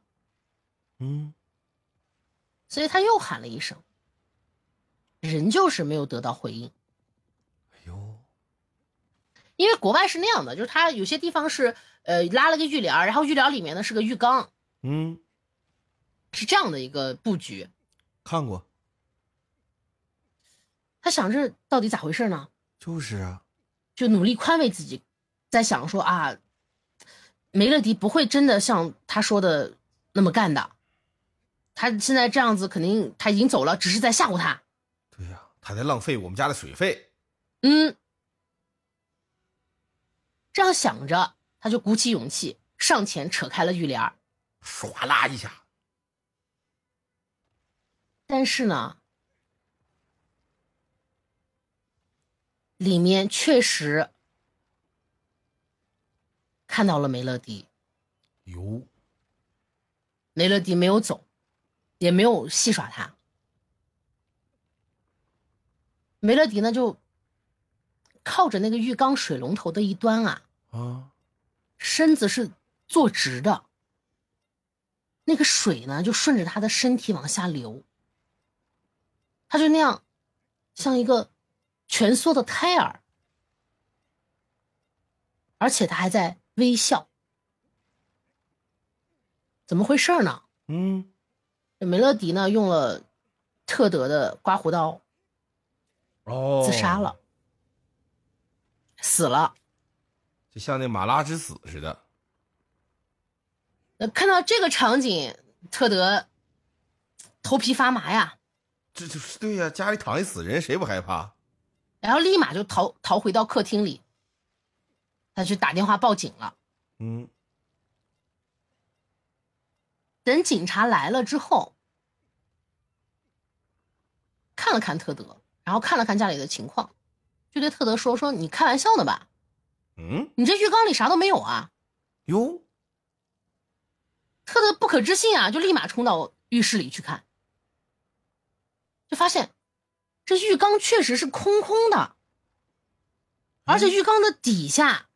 嗯，
所以他又喊了一声，仍旧是没有得到回应。
哎呦，
因为国外是那样的，就是它有些地方是呃拉了个浴帘儿，然后浴帘里面呢是个浴缸，
嗯，
是这样的一个布局。
看过，
他想这到底咋回事呢？
就是啊，
就努力宽慰自己，在想说啊，梅乐迪不会真的像他说的那么干的，他现在这样子肯定他已经走了，只是在吓唬他。
对呀、他在浪费我们家的水费。
嗯，这样想着，他就鼓起勇气上前扯开了浴帘儿
唰啦一下，
但是呢，里面确实看到了梅乐迪，
哟，
梅乐迪没有走，也没有戏耍他。梅乐迪呢，就靠着那个浴缸水龙头的一端啊，
啊，
身子是坐直的，那个水呢就顺着他的身体往下流，他就那样，像一个蜷缩的胎儿，而且他还在微笑。怎么回事呢？
嗯，
这梅乐迪呢用了特德的刮胡刀
哦，
自杀了，，死了。
就像那马拉之死似的。
那看到这个场景，特德头皮发麻呀，
这就是对呀、家里躺一死人，谁不害怕？
然后立马就逃逃回到客厅里，他去打电话报警了。
嗯，
等警察来了之后，看了看特德，然后看了看家里的情况，就对特德说：“说你开玩笑呢吧？
嗯，
你这浴缸里啥都没有啊
哟，！”
特德不可置信啊，就立马冲到浴室里去看，就发现这浴缸确实是空空的，而且浴缸的底下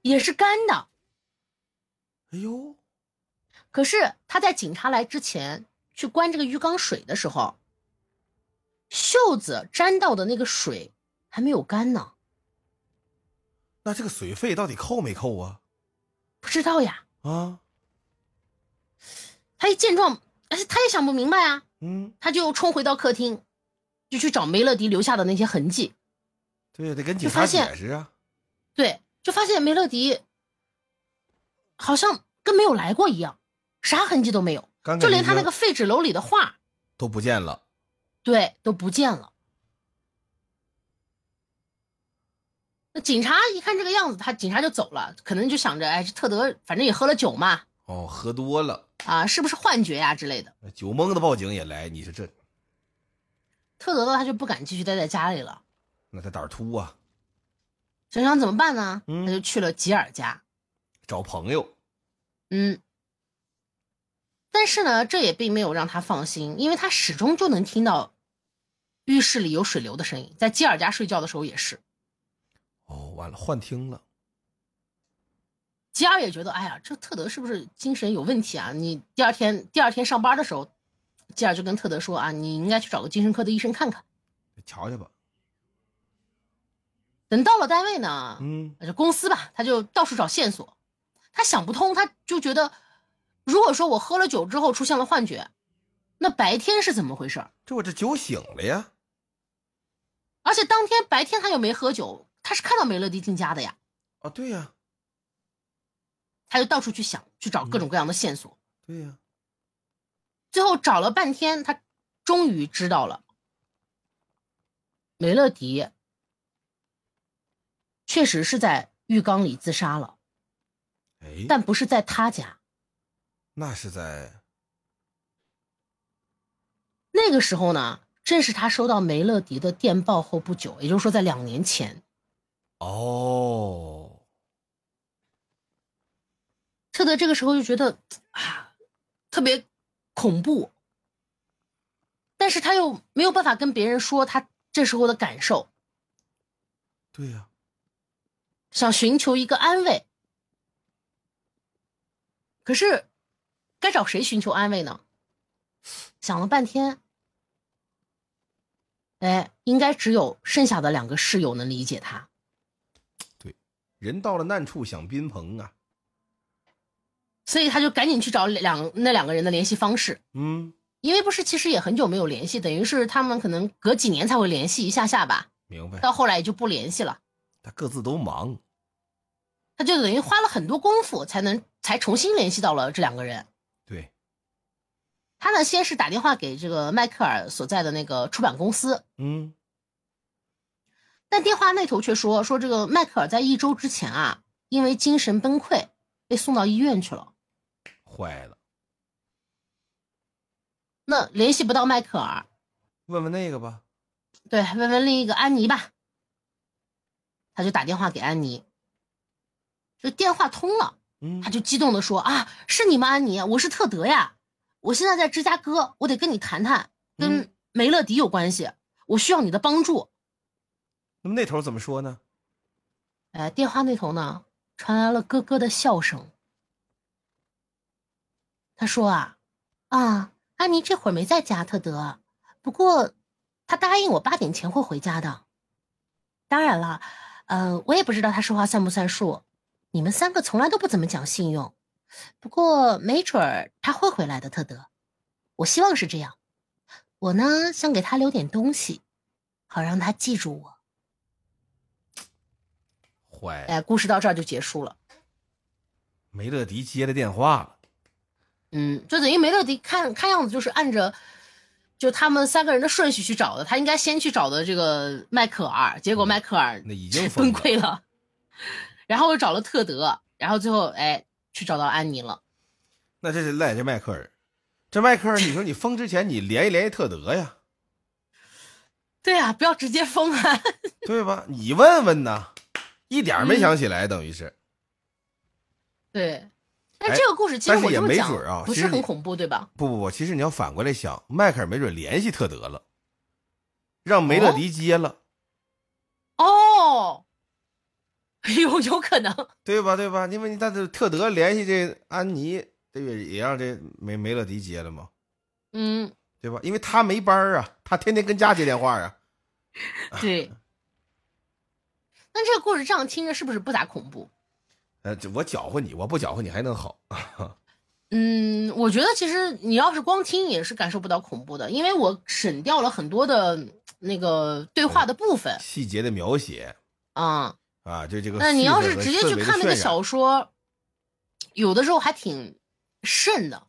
也是干的。
哎呦，
可是他在警察来之前去关这个浴缸水的时候，袖子沾到的那个水还没有干呢，
那这个水费到底扣没扣啊？
不知道呀。
啊，
他一见状，哎，他也想不明白啊，
嗯，
他就冲回到客厅，就去找梅乐迪留下的那些痕迹。
对呀，得跟警
就
察
发现
解释啊。
对，就发现梅乐迪好像跟没有来过一样，啥痕迹都没有，
干干
就连
净
他那
净
个废纸篓里的画
都不见了。
对，都不见了。那警察一看这个样子，他警察就走了，可能就想着，哎，这特德反正也喝了酒嘛，
哦，喝多了，
啊，是不是幻觉呀、之类的。
酒蒙子报警也来，你说这
特德呢，他就不敢继续待在家里了，
那他胆儿突啊，
想想怎么办呢？
嗯
他就去了吉尔家，
找朋友。
嗯。但是呢，这也并没有让他放心，因为他始终就能听到浴室里有水流的声音，在吉尔家睡觉的时候也是。
哦，完了，幻听了。
吉尔也觉得，哎呀，这特德是不是精神有问题啊？你第二天第二天上班的时候，吉尔就跟特德说啊，你应该去找个精神科的医生看看。
瞧瞧吧，
等到了单位呢，
嗯，
就公司吧，他就到处找线索，他想不通，他就觉得，如果说我喝了酒之后出现了幻觉，那白天是怎么回事儿？
这我这酒醒了呀，
而且当天白天他又没喝酒，他是看到梅乐迪进家的呀，
啊，对呀、
他就到处去想，去找各种各样的线索。
对呀、
最后找了半天，他终于知道了，梅乐迪确实是在浴缸里自杀了，
哎，
但不是在他家。
那是在
那个时候呢，正是他收到梅乐迪的电报后不久，也就是说在两年前，
哦，
特德这个时候就觉得啊，特别恐怖，但是他又没有办法跟别人说他这时候的感受，
对呀、
想寻求一个安慰。可是，该找谁寻求安慰呢？想了半天，哎，应该只有剩下的两个室友能理解他。
人到了难处想宾朋啊，
所以他就赶紧去找两那两个人的联系方式，
嗯，
因为不是其实也很久没有联系，等于是他们可能隔几年才会联系一下下吧。
明白。
到后来也就不联系了。
他各自都忙，
他就等于花了很多功夫才能才重新联系到了这两个人。
对，
他呢，先是打电话给这个迈克尔所在的那个出版公司，
嗯，
但电话那头却说说这个迈克尔在一周之前啊，因为精神崩溃被送到医院去了。
坏了，
那联系不到迈克尔，
问问那个吧。
对，问问另一个安妮吧。他就打电话给安妮，就电话通了，
嗯
他，就激动的说啊，是你吗，安妮？我是特德呀，我现在在芝加哥，我得跟你谈谈，跟梅勒迪有关系，我需要你的帮助。
那么那头怎么说呢？
哎，电话那头呢，传来了咯咯的笑声。他说啊，啊，安妮这会儿没在家，特德。不过，她答应我八点前会回家的。当然了，呃，我也不知道她说话算不算数。你们三个从来都不怎么讲信用。不过，没准儿她会回来的，特德。我希望是这样。我呢，想给她留点东西，好让她记住我。
坏了，
哎，故事到这儿就结束了。
梅乐迪接了电话了。
嗯，就等于梅乐迪看看样子就是按着就他们三个人的顺序去找的，他应该先去找的这个迈克尔，结果迈克尔
嗯那已经疯
崩
了
溃了，然后又找了特德，然后最后哎去找到安妮了。
那这是赖这迈克尔，这迈克尔，你说你封之前你联系联系特德呀，
对啊，不要直接封啊！
对吧？你问问呐，一点儿没
嗯
想起来，等于是。
对，但
哎
是这个故事其
但
实
是
我
也
这么
没
讲
准儿啊
不
其
是
实
很
你
恐怖，对吧？
不不不，其实你要反过来想，迈克尔没准联系特德了，让梅勒迪接了，
哦， 有有可能，
对吧？对吧？因为你但是特德联系这安妮，这也也让这梅梅勒迪接了嘛，
嗯，
对吧？因为他没班儿啊，他天天跟家接电话啊。
对。但这个故事这样听着是不是不咋恐怖？
呃，这我搅和你，我不搅和你还能好？
嗯，我觉得其实你要是光听也是感受不到恐怖的，因为我省掉了很多的嗯那个对话的部分
细节的描写
啊。
啊，这这个。
那、你要是直接去看那个，
啊
小说，有的时候还挺瘆的，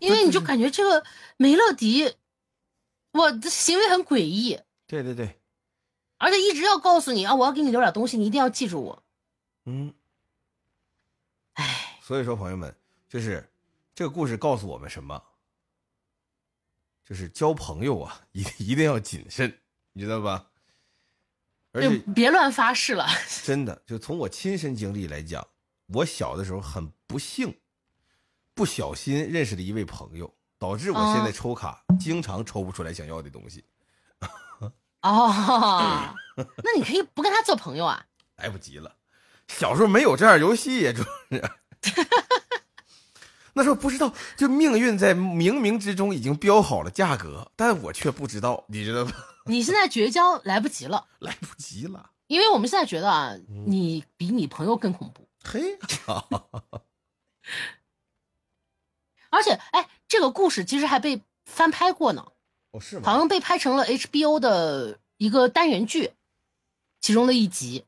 因为你就感觉这个梅乐迪，我的行为很诡异，
对对对，
而且一直要告诉你啊，我要给你留点东西，你一定要记住我。
嗯。
哎，
所以说，朋友们，就是这个故事告诉我们什么？就是交朋友啊，一一定要谨慎，你知道吧？而
就
且
别乱发誓了。
真的，就从我亲身经历来讲，我小的时候很不幸，不小心认识了一位朋友，导致我现在
哦
抽卡、经常抽不出来想要的东西，
哦，那你可以不跟他做朋友啊。
来不及了。小时候没有这样游戏，主要是。 那时候不知道，就命运在冥冥之中已经标好了价格，但我却不知道，你知道吗？
你现在绝交来不及了。
来不及了，
因为我们现在觉得啊，
嗯
你比你朋友更恐怖，
嘿，
而且哎，这个故事其实还被翻拍过呢，
哦是
好
吗？
像被拍成了 HBO 的一个单元剧，其中的一集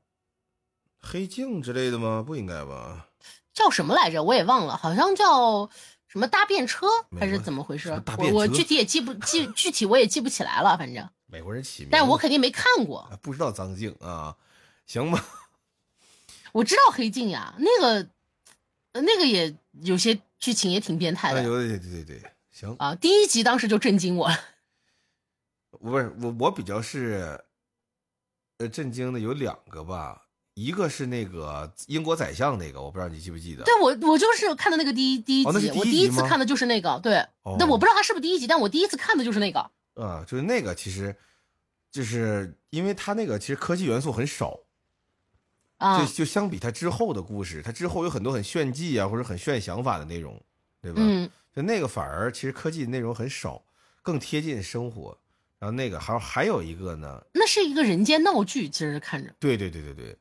黑镜之类的吗？不应该吧？
叫什么来着？我也忘了，好像叫什么搭便车
美国
还是怎么回
什么
事
搭？
我
便
我
车
具体也记不 记，具体我也记不起来了，反正，
美国人起名，
但是我肯定没看过，
啊不知道张静啊，行吧？
我知道黑镜呀，那个，呃那个也有些剧情也挺变态
哎
的
呦，对对对对，行，
啊，第一集当时就震惊我了，
我不是我我比较是，呃，震惊的有两个吧，一个是那个英国宰相那个，我不知道你记不记得？
对我，我就是看的那个第一第一集，
哦那是第一
我
集
第一次
吗
看的就是那个，对，
哦
但我不知道它是不是第一集，但我第一次看的就是那个，
啊，就是那个其实，就是因为它那个其实科技元素很少，
啊
就，就相比它之后的故事，它之后有很多很炫技啊或者很炫想法的内容，对吧？
嗯，
就那个反而其实科技内容很少，更贴近生活。然后那个还有还有一个呢，
那是一个人间闹剧，其实看着，
对对对对对，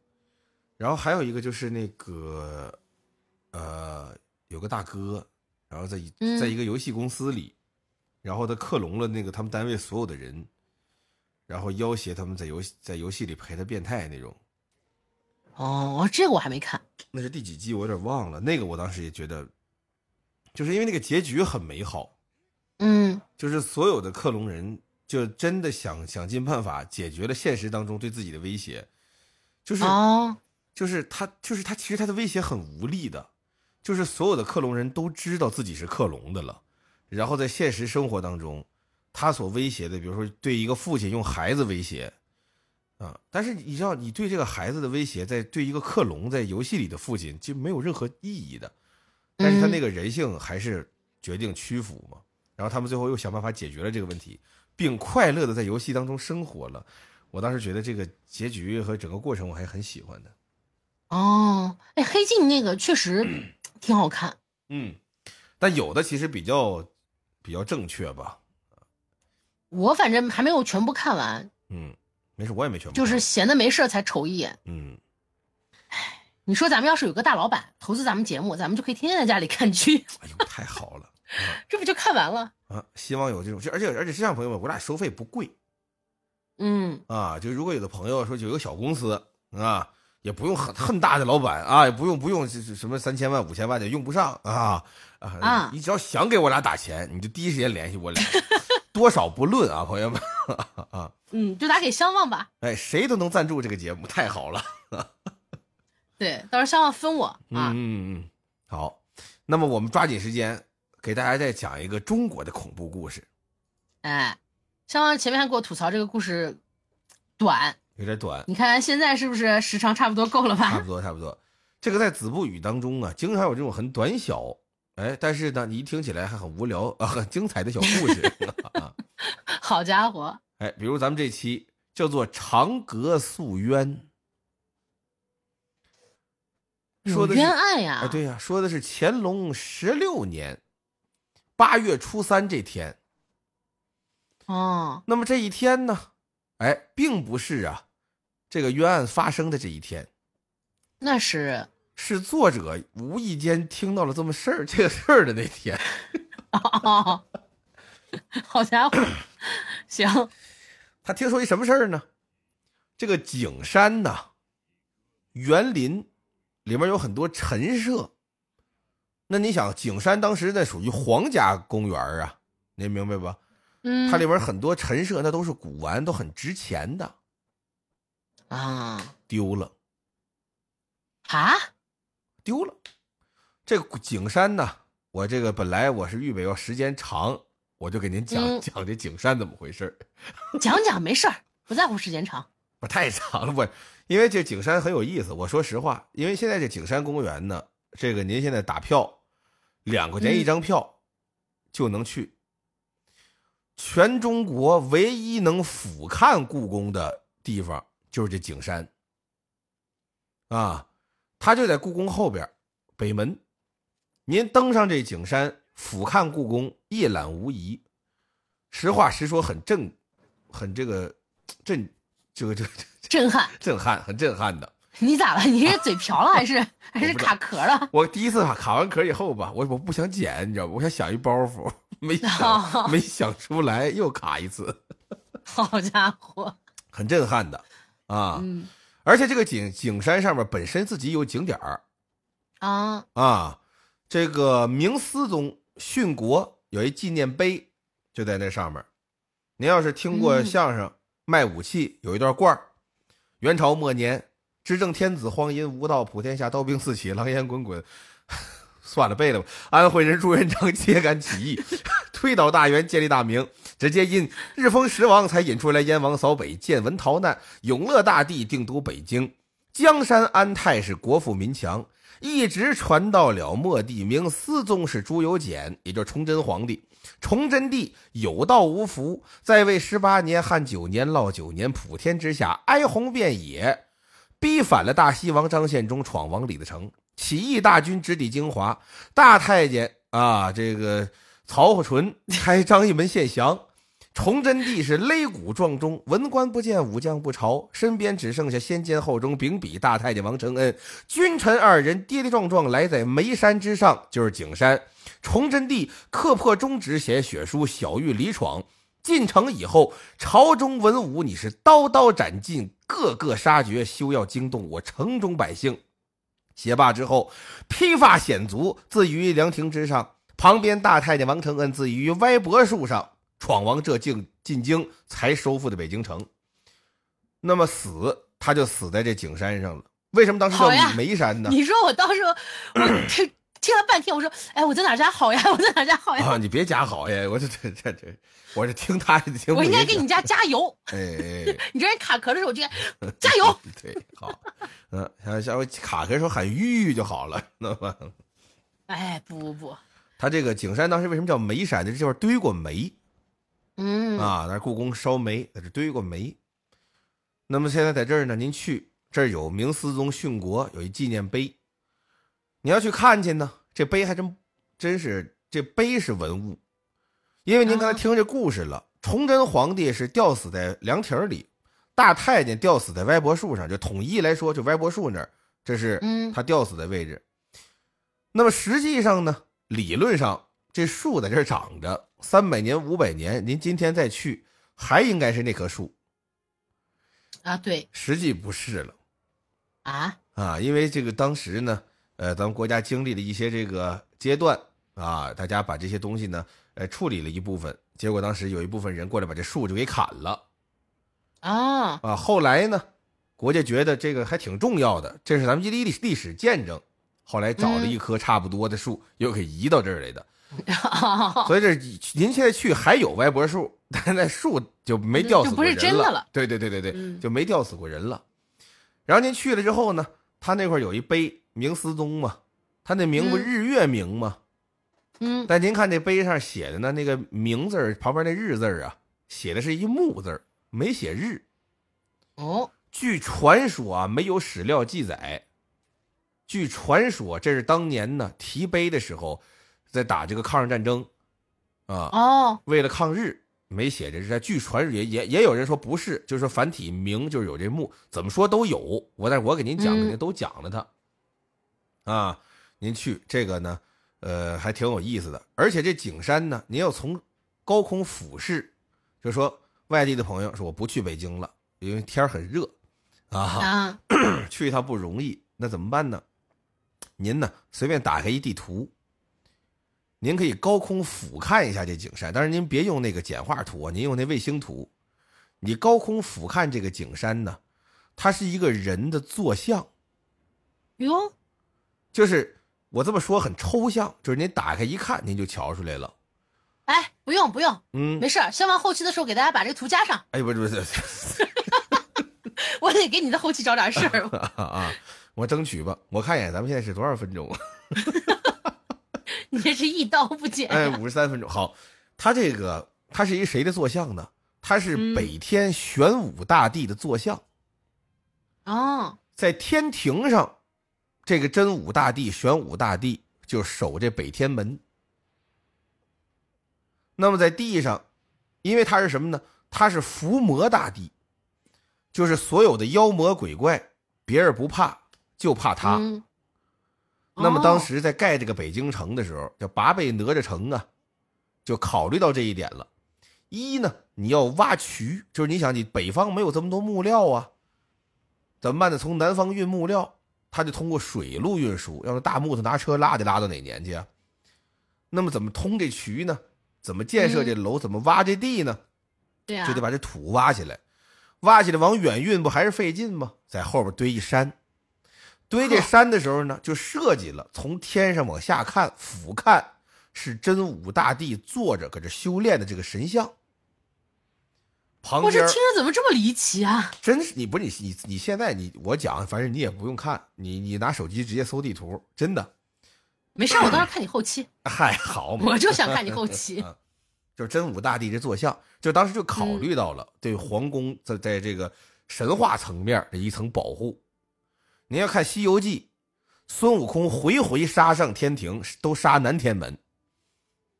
然后还有一个就是那个，呃，有个大哥，然后在一
嗯
在一个游戏公司里，然后他克隆了那个他们单位所有的人，然后要挟他们在游戏在游戏里陪他变态那种。
哦，这个我还没看。
那是第几季？我有点忘了。那个我当时也觉得，就是因为那个结局很美好，
嗯
就是所有的克隆人就真的想想尽办法解决了现实当中对自己的威胁，就是
哦
就是他就是他，其实他的威胁很无力的，就是所有的克隆人都知道自己是克隆的了，然后在现实生活当中，他所威胁的，比如说对一个父亲用孩子威胁，啊，但是你知道，你对这个孩子的威胁，在对一个克隆在游戏里的父亲就没有任何意义的，但是他那个人性还是决定屈服嘛，然后他们最后又想办法解决了这个问题，并快乐的在游戏当中生活了。我当时觉得这个结局和整个过程我还很喜欢的。
哦，哎，黑镜那个确实 挺好看。
嗯，但有的其实比较比较正确吧。
我反正还没有全部看完，
嗯，没事，我也没全部看。
就是闲的没事儿才瞅一眼。
嗯，
你说咱们要是有个大老板投资咱们节目，咱们就可以天天在家里看剧，
哎呦，太好了
这不就看完了？
啊！希望有这种，就而且而且是这样，朋友们，我俩收费不贵
嗯，
啊。就如果有的朋友说有一个小公司啊，也不用很很大的老板啊，也不用不用这这什么三千万五千万的用不上啊啊！
啊
你只要想给我俩打钱，你就第一时间联系我俩，多少不论啊，朋友们啊，
嗯，就打给相望吧。
哎，谁都能赞助这个节目，太好了。
对，到时候相望分我啊。
嗯嗯嗯，好，那么我们抓紧时间给大家再讲一个中国的恐怖故事，
哎，相望前面还给我吐槽这个故事短，
有 点短，
你看现在是不是时长差不多够了
差
吧
不？多差不多。这个在子不语当中啊，经常有这种很短小，哎，但是呢，你一听起来还很无聊 啊，很精彩的小故事 啊。
好家伙，
哎，比如咱们这期叫做《长阁诉冤》，说
有
的是
冤案呀、
啊，对呀、说的是乾隆十六年八月初三这天，
哦，
那么这一天呢，哎，并不是啊，这个冤案发生的这一天，
那是
是作者无意间听到了这么事儿这个事儿的那天。
哦， 好家伙，行，
他听说一什么事儿呢？这个景山呐，园林里面有很多陈设。那你想，景山当时那属于皇家公园啊，您明白吧？
嗯，
它里面很多陈设，那都是古玩，都很值钱的，
啊
丢了。
啊，
丢了。这个景山呢，我这个本来我是预备要时间长，我就给您讲、
嗯
讲这景山怎么回事儿
讲讲没事儿，不在乎时间长。
不太长了，我因为这景山很有意思。我说实话，因为现在这景山公园呢，这个您现在打票，两块钱一张票就能去。全中国唯一能俯瞰故宫的地方就是这景山，啊，它就在故宫后边儿北门。您登上这景山，俯瞰故宫，一览无遗。实话实说，很震，很这个震，这个这个这个
震撼，
震撼，很震撼的。
你咋了？你是嘴瓢了还 是还是
我不知道
卡壳了？
我第一次卡卡完壳以后吧，我我不想剪，你知道吗？我想想一包袱， 没想没想出来，又卡一次，
好家伙，
很震撼的啊！
嗯
而且这个景景山上面本身自己有景点儿
啊，
啊，这个明思宗殉国有一纪念碑就在那上面。您要是听过
嗯
相声卖武器，有一段罐儿，元朝末年，执政天子荒淫无道，普天下刀兵四起，狼烟滚滚。 算了，背了吧。安徽人朱元璋揭竿起义， 推倒大元，建立大明，直接因日封十王才引出来燕王扫北，建文逃难，永乐大帝定都北京，江山安泰是国富民强，一直传到了末帝明思宗是朱由检，也就是崇祯皇帝。崇祯帝有道无福，在位十八年，汉九年，涝九年，普天之下哀鸿遍野，逼反了大西王张献忠，闯王李自成，起义大军直抵京华。大太监啊，这个曹虎纯开张义门献降。崇祯帝是擂鼓撞钟，文官不见，武将不朝，身边只剩下先监后中秉笔大太监王承恩，君臣二人跌跌撞撞来在眉山之上，就是景山。崇祯帝刻破中指写血书，小玉离闯。进城以后，朝中文武你是刀刀斩尽，个个杀绝，休要惊动我城中百姓。”写罢之后，披发显足，自于凉亭之上；旁边大太监王承恩自于歪脖树上，闯王这境进京，才收复的北京城。那么死，他就死在这景山上了。为什么当时叫
好呀
眉山呢？
你说我到时候我 听听了半天，我说哎，我在哪儿家好呀？ 我在哪儿家好呀？
啊，你别加好呀！我这这这这，我这听他的听不
我应该
明
给你家加油。
白哎哎
你这人卡壳的时候，我就应该 加
哎，
油。
对，好，嗯，下下回卡壳的时候喊吁就好了，那么。
哎，不不不，
他这个景山当时为什么叫煤山？这地方堆过煤
嗯，
啊，那故宫烧煤，在这堆过煤。那么现在在这儿呢，您去这儿有明思宗殉国有一纪念碑，你要去看去呢，这碑还真真是这碑是文物，因为您刚才
啊
听这故事了，崇祯皇帝是吊死在凉亭里，大太监吊死在歪脖树上，就统一来说，就歪脖树那儿，这是
嗯
他吊死的位置。那么实际上呢，理论上这树在这儿长着三百年、五百年，您今天再去还应该是那棵树，
啊，对
实际不是了。
啊，
啊，因为这个当时呢，呃，咱们国家经历了一些这个阶段啊，大家把这些东西呢，呃，处理了一部分，结果当时有一部分人过来把这树就给砍了
啊，
啊。后来呢，国家觉得这个还挺重要的，这是咱们历历历史见证，后来找
嗯
了一棵差不多的树，又给移到这儿来的。
哦
所以这您现在去还有歪脖树，但那树就没吊死
嗯就不
过人
是
了。
真的了
对对对对对，
嗯
就没吊死过人了。然后您去了之后呢，他那块儿有一碑，明思宗嘛，他那名
嗯
不日月明嘛。
嗯，
但您看这碑上写的呢，那个明字儿旁边那日字儿啊，写的是一木字儿，没写日。
哦，
据传说啊，没有史料记载。据传说，这是当年呢提碑的时候，在打这个抗日战争，啊，
哦，
为了抗日没写这是在据传也也也有人说不是，就是说繁体明就是有这木，怎么说都有。我但是我给您讲，
嗯
肯定都讲了它。啊，您去这个呢，呃，还挺有意思的。而且这景山呢，您要从高空俯视，就说外地的朋友说我不去北京了，因为天儿很热啊，
啊，
去一趟不容易，那怎么办呢？您呢，随便打开一地图，您可以高空俯瞰一下这景山，但是您别用那个简化图啊，您用那卫星图。你高空俯瞰这个景山呢，它是一个人的坐像，
哟，
就是我这么说很抽象，就是您打开一看，您就瞧出来了。
哎，不用不用，
嗯，
没事儿，先完后期的时候给大家把这个图加上，
哎，不是不是不是
我得给你的后期找点事儿。
啊啊，我争取吧，我看一眼咱们现在是多少分钟啊？
你这是一刀不剪
哎，
呀，
五十三分钟。好，他这个他是一谁的坐像呢？他是北天玄武大帝的坐像，
哦，
在天庭上，这个真武大帝、玄武大帝就守这北天门。那么在地上，因为他是什么呢？他是伏魔大帝，就是所有的妖魔鬼怪，别人不怕，就怕他。
嗯，
那么当
哦
时在盖这个北京城的时候，叫八倍哪吒城啊，就考虑到这一点了。一呢，你要挖渠，就是你想你北方没有这么多木料啊，怎么办呢？从南方运木料，他就通过水路运输，要是大木头拿车拉得拉到哪年去啊？那么怎么通这渠呢？怎么建设这楼？怎么挖这地呢？
对啊
就，得把这土挖起来，挖起来往远运不还是费劲吗？在后边堆一山，堆这山的时候呢，就设计了从天上往下看俯瞰是真武大帝坐着搁这修炼的这个神像，旁
我这
边儿
听着怎么这么离奇啊？
真是你不是你你你现在你我讲，反正你也不用看，你你拿手机直接搜地图，真的，
没事儿，我到时候看你后期，
嗨，好嘛，。
我就想看你后期
就是真武大帝这坐像，就当时就考虑到了对皇宫在在这个神话层面的一层保护。您要看《西游记》，孙悟空回回杀上天庭，都杀南天门，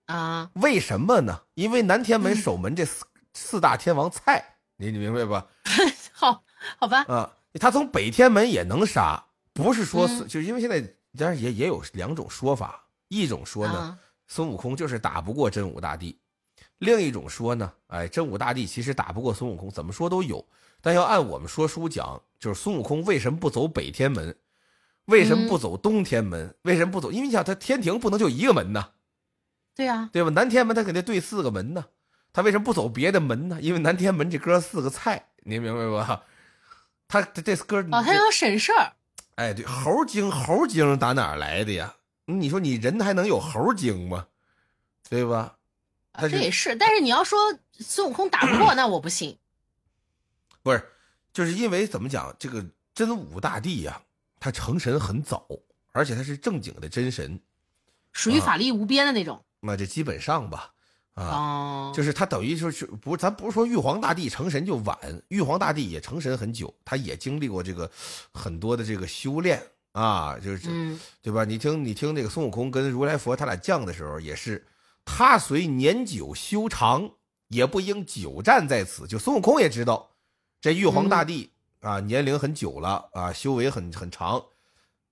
啊，
为什么呢？因为南天门守门这四、四大天王菜，你你明白吧？
好，好吧，
啊，他从北天门也能杀，不是说是、
嗯
就是因为现在当然也也有两种说法，一种说呢，
啊
孙悟空就是打不过真武大帝，另一种说呢，哎，真武大帝其实打不过孙悟空，怎么说都有。但要按我们说书讲，就是孙悟空为什么不走北天门，为什
嗯
么不走东天门，为什么不走？因为你想，他天庭不能就一个门呐，
对啊，
对吧？南天门他肯定对四个门呐，他为什么不走别的门呢？因为南天门这哥四个菜，你明白吧？他他这歌
哦，他要省事儿，
哎，对，猴精猴精打哪儿来的呀？你说你人还能有猴精吗？对吧？
啊
他
这
是
也是。但是你要说孙悟空打不过，那我不信。
不是，就是因为怎么讲，这个真武大帝呀、他成神很早，而且他是正经的真神，
属于
啊
法力无边的那种。
那这基本上吧，啊，
哦，
就是他等于说是不是，咱不是说玉皇大帝成神就晚，玉皇大帝也成神很久，他也经历过这个很多的这个修炼啊，就是、
嗯，
对吧？你听，你听那个孙悟空跟如来佛他俩犟的时候，也是他虽年久修长，也不应久战在此。就孙悟空也知道，这玉皇大帝、啊，年龄很久了啊，修为很很长，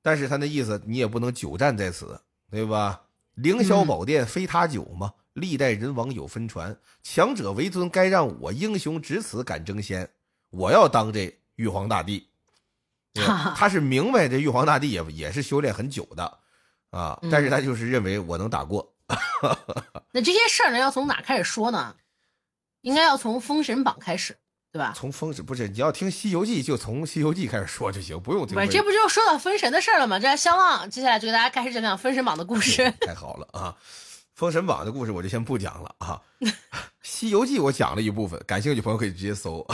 但是他那意思你也不能久战在此，对吧？凌霄宝殿非他久嘛，历代人王有分传，强者为尊，该让我英雄只此敢争先，我要当这玉皇大帝。对他是明白这玉皇大帝也也是修炼很久的啊，
嗯
但是他就是认为我能打过，
那这些事儿呢，要从哪开始说呢？应该要从《封神榜》开始，对吧？
从封神不是你要听《西游记》就从《西游记》开始说就行，不用听
不是，
封
这不就说到封神的事儿了吗？这相望，接下来就给大家开始讲讲《封神榜》的故事。
太好了啊！封神榜的故事我就先不讲了 啊，《西游记》我讲了一部分，感兴趣朋友可以直接搜。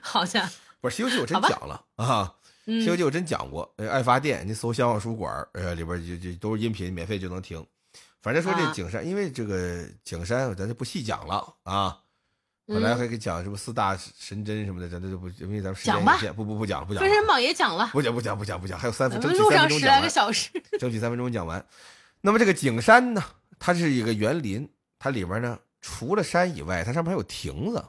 好像，
不是《西游记》我真
好吧
讲了啊，《
嗯
西游记》我真讲过，呃，爱发电，您搜相望书馆，呃，里边就就都是音频，免费就能听。反正说这
啊
景山，因为这个景山咱就不细讲了啊。本来
嗯，
还给讲什么四大神针什么的，咱这就不，因为咱们时间
讲
有
吧
限，不不不讲了不讲
封
了，
神榜》也讲了，
不讲不讲不讲不讲，还有三分，
咱
争
们
取
录上十
三分钟讲
来
完
个，小时。
争取三分钟讲完。那么这个景山呢，它是一个园林，它里面呢除了山以外，它上面还有亭子。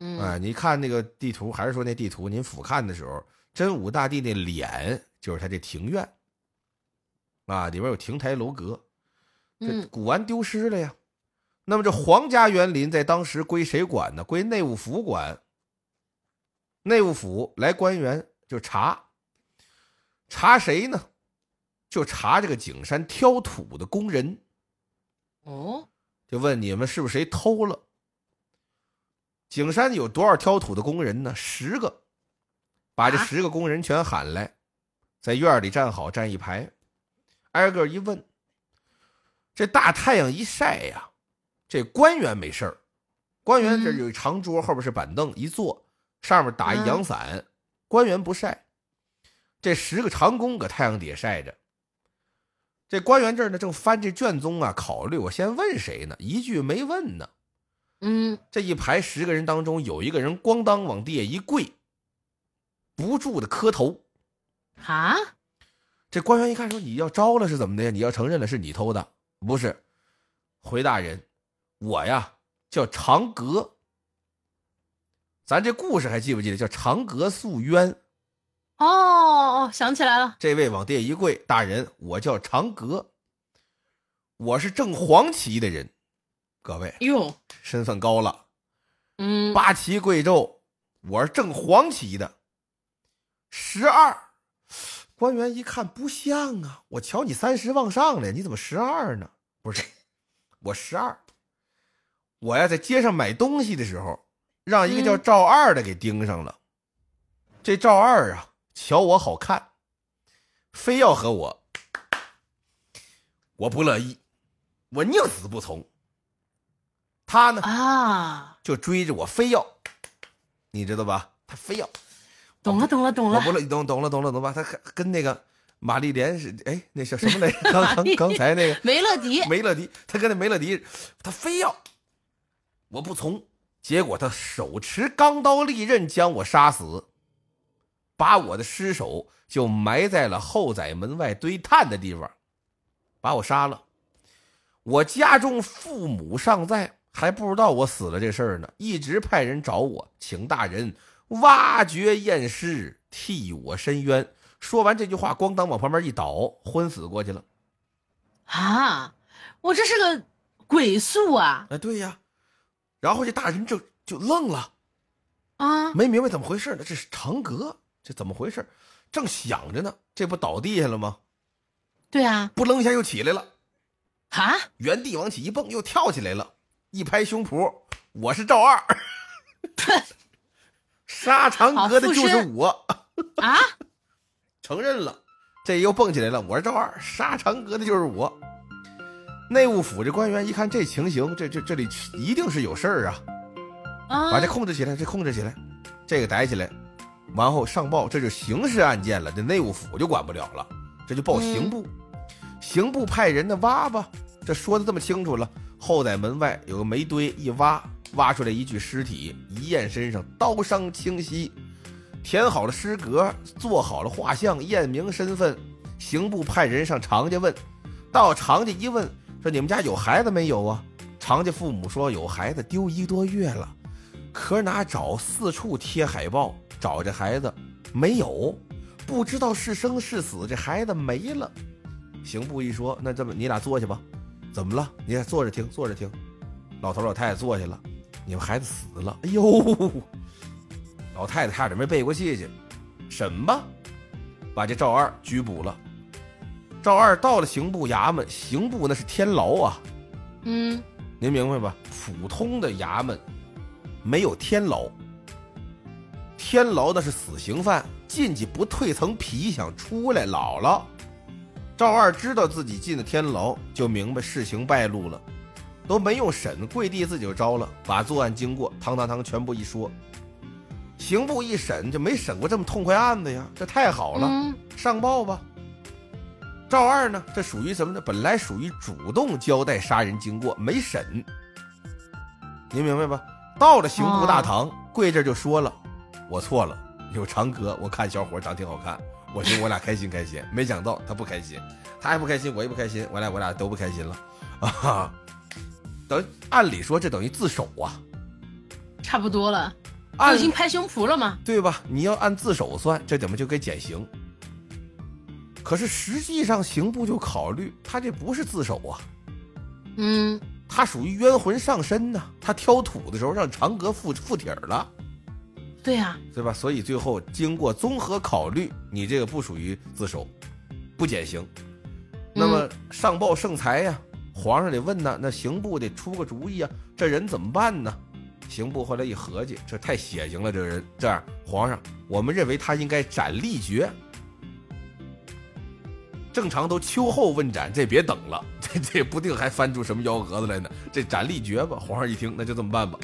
嗯，
哎，你看那个地图，还是说那地图，您俯瞰的时候，真武大帝那脸就是他这庭院，啊，里边有亭台楼阁，这
嗯
古玩丢失了呀。那么这皇家园林在当时归谁管呢？归内务府管。内务府来官员就查，查谁呢？就查这个景山挑土的工人，
哦，
就问你们是不是谁偷了。景山有多少挑土的工人呢？十个，把这
啊
十个工人全喊来，在院里站好，站一排，挨个一问。这大太阳一晒呀，这官员没事儿，官员这
嗯
有一长桌，后边是板凳，一坐，上面打一
嗯
阳伞，官员不晒。这十个长工搁太阳底下晒着。这官员这儿呢，正翻这卷宗啊，考虑我先问谁呢？一句没问呢。
嗯，
这一排十个人当中，有一个人咣当往地下一跪，不住的磕头。
啊，
这官员一看说：“你要招了是怎么的呀？你要承认了是你偷的，不是？”回大人：“我呀叫长格。咱这故事还记不记得？叫长格诉冤。
哦哦，想起来了，
这位往地下一跪，大人，我叫长格，我是正黄旗的人。各位
哟，
身份高了，
嗯，
八旗贵胄，我是正黄旗的。十二，官员一看不像啊，我瞧你三十往上了，你怎么十二呢？不是，我十二，我呀在街上买东西的时候，让一个叫
嗯
赵二的给盯上了。这赵二啊，瞧我好看，非要和我，我不乐意，我宁死不从。他呢，
啊，
就追着我，非要，你知道吧？他非要，
懂了，懂了，懂
我
了，
不乐意，懂懂了，懂了，懂了吧？他跟跟那个玛丽莲是，哎，那叫什么来着？刚刚刚才那个
梅乐迪，
梅乐迪，他跟那梅乐迪，他非要，我不从。结果他手持钢刀利刃将我杀死，把我的尸首就埋在了后宰门外堆炭的地方，把我杀了。我家中父母尚在，还不知道我死了这事儿呢，一直派人找我，请大人挖掘验尸，替我伸冤。说完这句话，咣当往旁边一倒，昏死过去了。
啊，我这是个鬼宿啊
哎，对呀，然后这大人就就愣了。
啊！
没明白怎么回事呢，这是长格，这怎么回事？正想着呢，这不倒地下了吗？
对啊
扑棱一下又起来了，
啊！
原地往起一蹦，又跳起来了，一拍胸脯，我是赵二， 杀长格的就是我，
啊，
承认了。这又蹦起来了，我是赵二，杀长格的就是我。内务府这官员一看这情形，这这这里一定是有事儿啊，
啊
把这控制起来，这控制起来，这个逮起来，完后上报，这就刑事案件了，这内务府就管不了了，这就报刑部，刑部派人呢挖吧，这说的这么清楚了，后在门外有个煤堆，一挖挖出来一具尸体，一验身上刀伤清晰，填好了尸格，做好了画像，验明身份，刑部派人上常家问，到常家一问，说你们家有孩子没有啊？常家父母说有孩子丢一个多月了。可哪找四处贴海报找这孩子，没有，不知道是生是死，这孩子没了。刑部一说，那这么你俩坐下吧，怎么了？你俩坐着听，坐着听。老头老太太坐下了，你们孩子死了。哎呦，老太太差点没背过气去。审吧，把这赵二拘捕了。赵二到了刑部衙门，刑部那是天牢啊，
嗯
您明白吧？普通的衙门没有天牢，天牢那是死刑犯进去不蜕层皮，想出来老了。赵二知道自己进了天牢，就明白事情败露了，都没用审，跪地自己就招了，把作案经过堂堂堂全部一说。刑部一审就没审过这么痛快案子呀，这太好了。
嗯
上报吧。赵二呢，这属于什么呢？本来属于主动交代杀人经过，没审。您明白吧？到了刑部大堂，跪这儿就说了：“我错了，有长哥，我看小伙长挺好看，我寻思我俩开心开心，没想到他不开心，他还不开心，我也不开心，我俩我俩都不开心了啊！哈，等于按理说这等于自首啊，
差不多了，都
按
已经拍胸脯了嘛。
对吧？你要按自首算，这怎么就给减刑？可是实际上，刑部就考虑他这不是自首啊，
嗯
他属于冤魂上身呐，他挑土的时候让长格附附体儿了，，
对啊呀、
对吧？所以最后经过综合考虑，你这个不属于自首，不减刑。那么上报圣裁呀、皇上得问呐，那刑部得出个主意啊，这人怎么办呢？刑部后来一合计，这太血腥了，这个人这样，皇上，我们认为他应该斩立决。正常都秋后问斩，这别等了，这这不定还翻出什么幺蛾子来呢。这斩立决吧，皇上一听，那就这么办吧。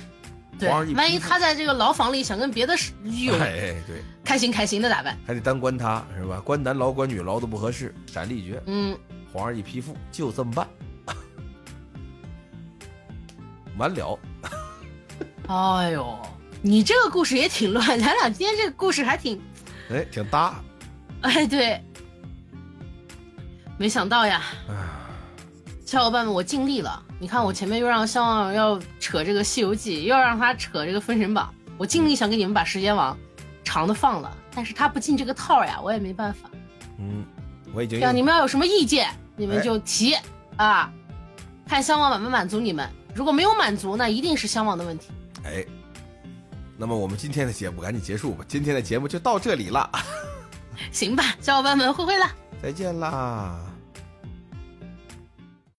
对
皇上一，
万一
批复
他在这个牢房里想跟别的室有
哎哎对，
开心开心的打扮，
还得单关他是吧？关男牢、关女牢都不合适，斩立决。
嗯，
皇上一批复，就这么办， 完了。
哎呦，你这个故事也挺乱，咱俩今天这个故事还挺，
哎，挺搭。
哎，对，没想到呀，小伙伴们，我尽力了。你看，我前面又让肖望要扯这个《西游记》，又要让他扯这个《封神榜》，我尽力想给你们把时间往长的放了，但是他不进这个套儿呀，我也没办法。
嗯，我已经
对啊，你们要有什么意见，你们
哎
就提、啊，看相望满不满足你们。如果没有满足，那一定是相望的问题。
哎。那么我们今天的节目赶紧结束吧，今天的节目就到这里了，
行吧，小伙伴们，挥挥了。
再见啦。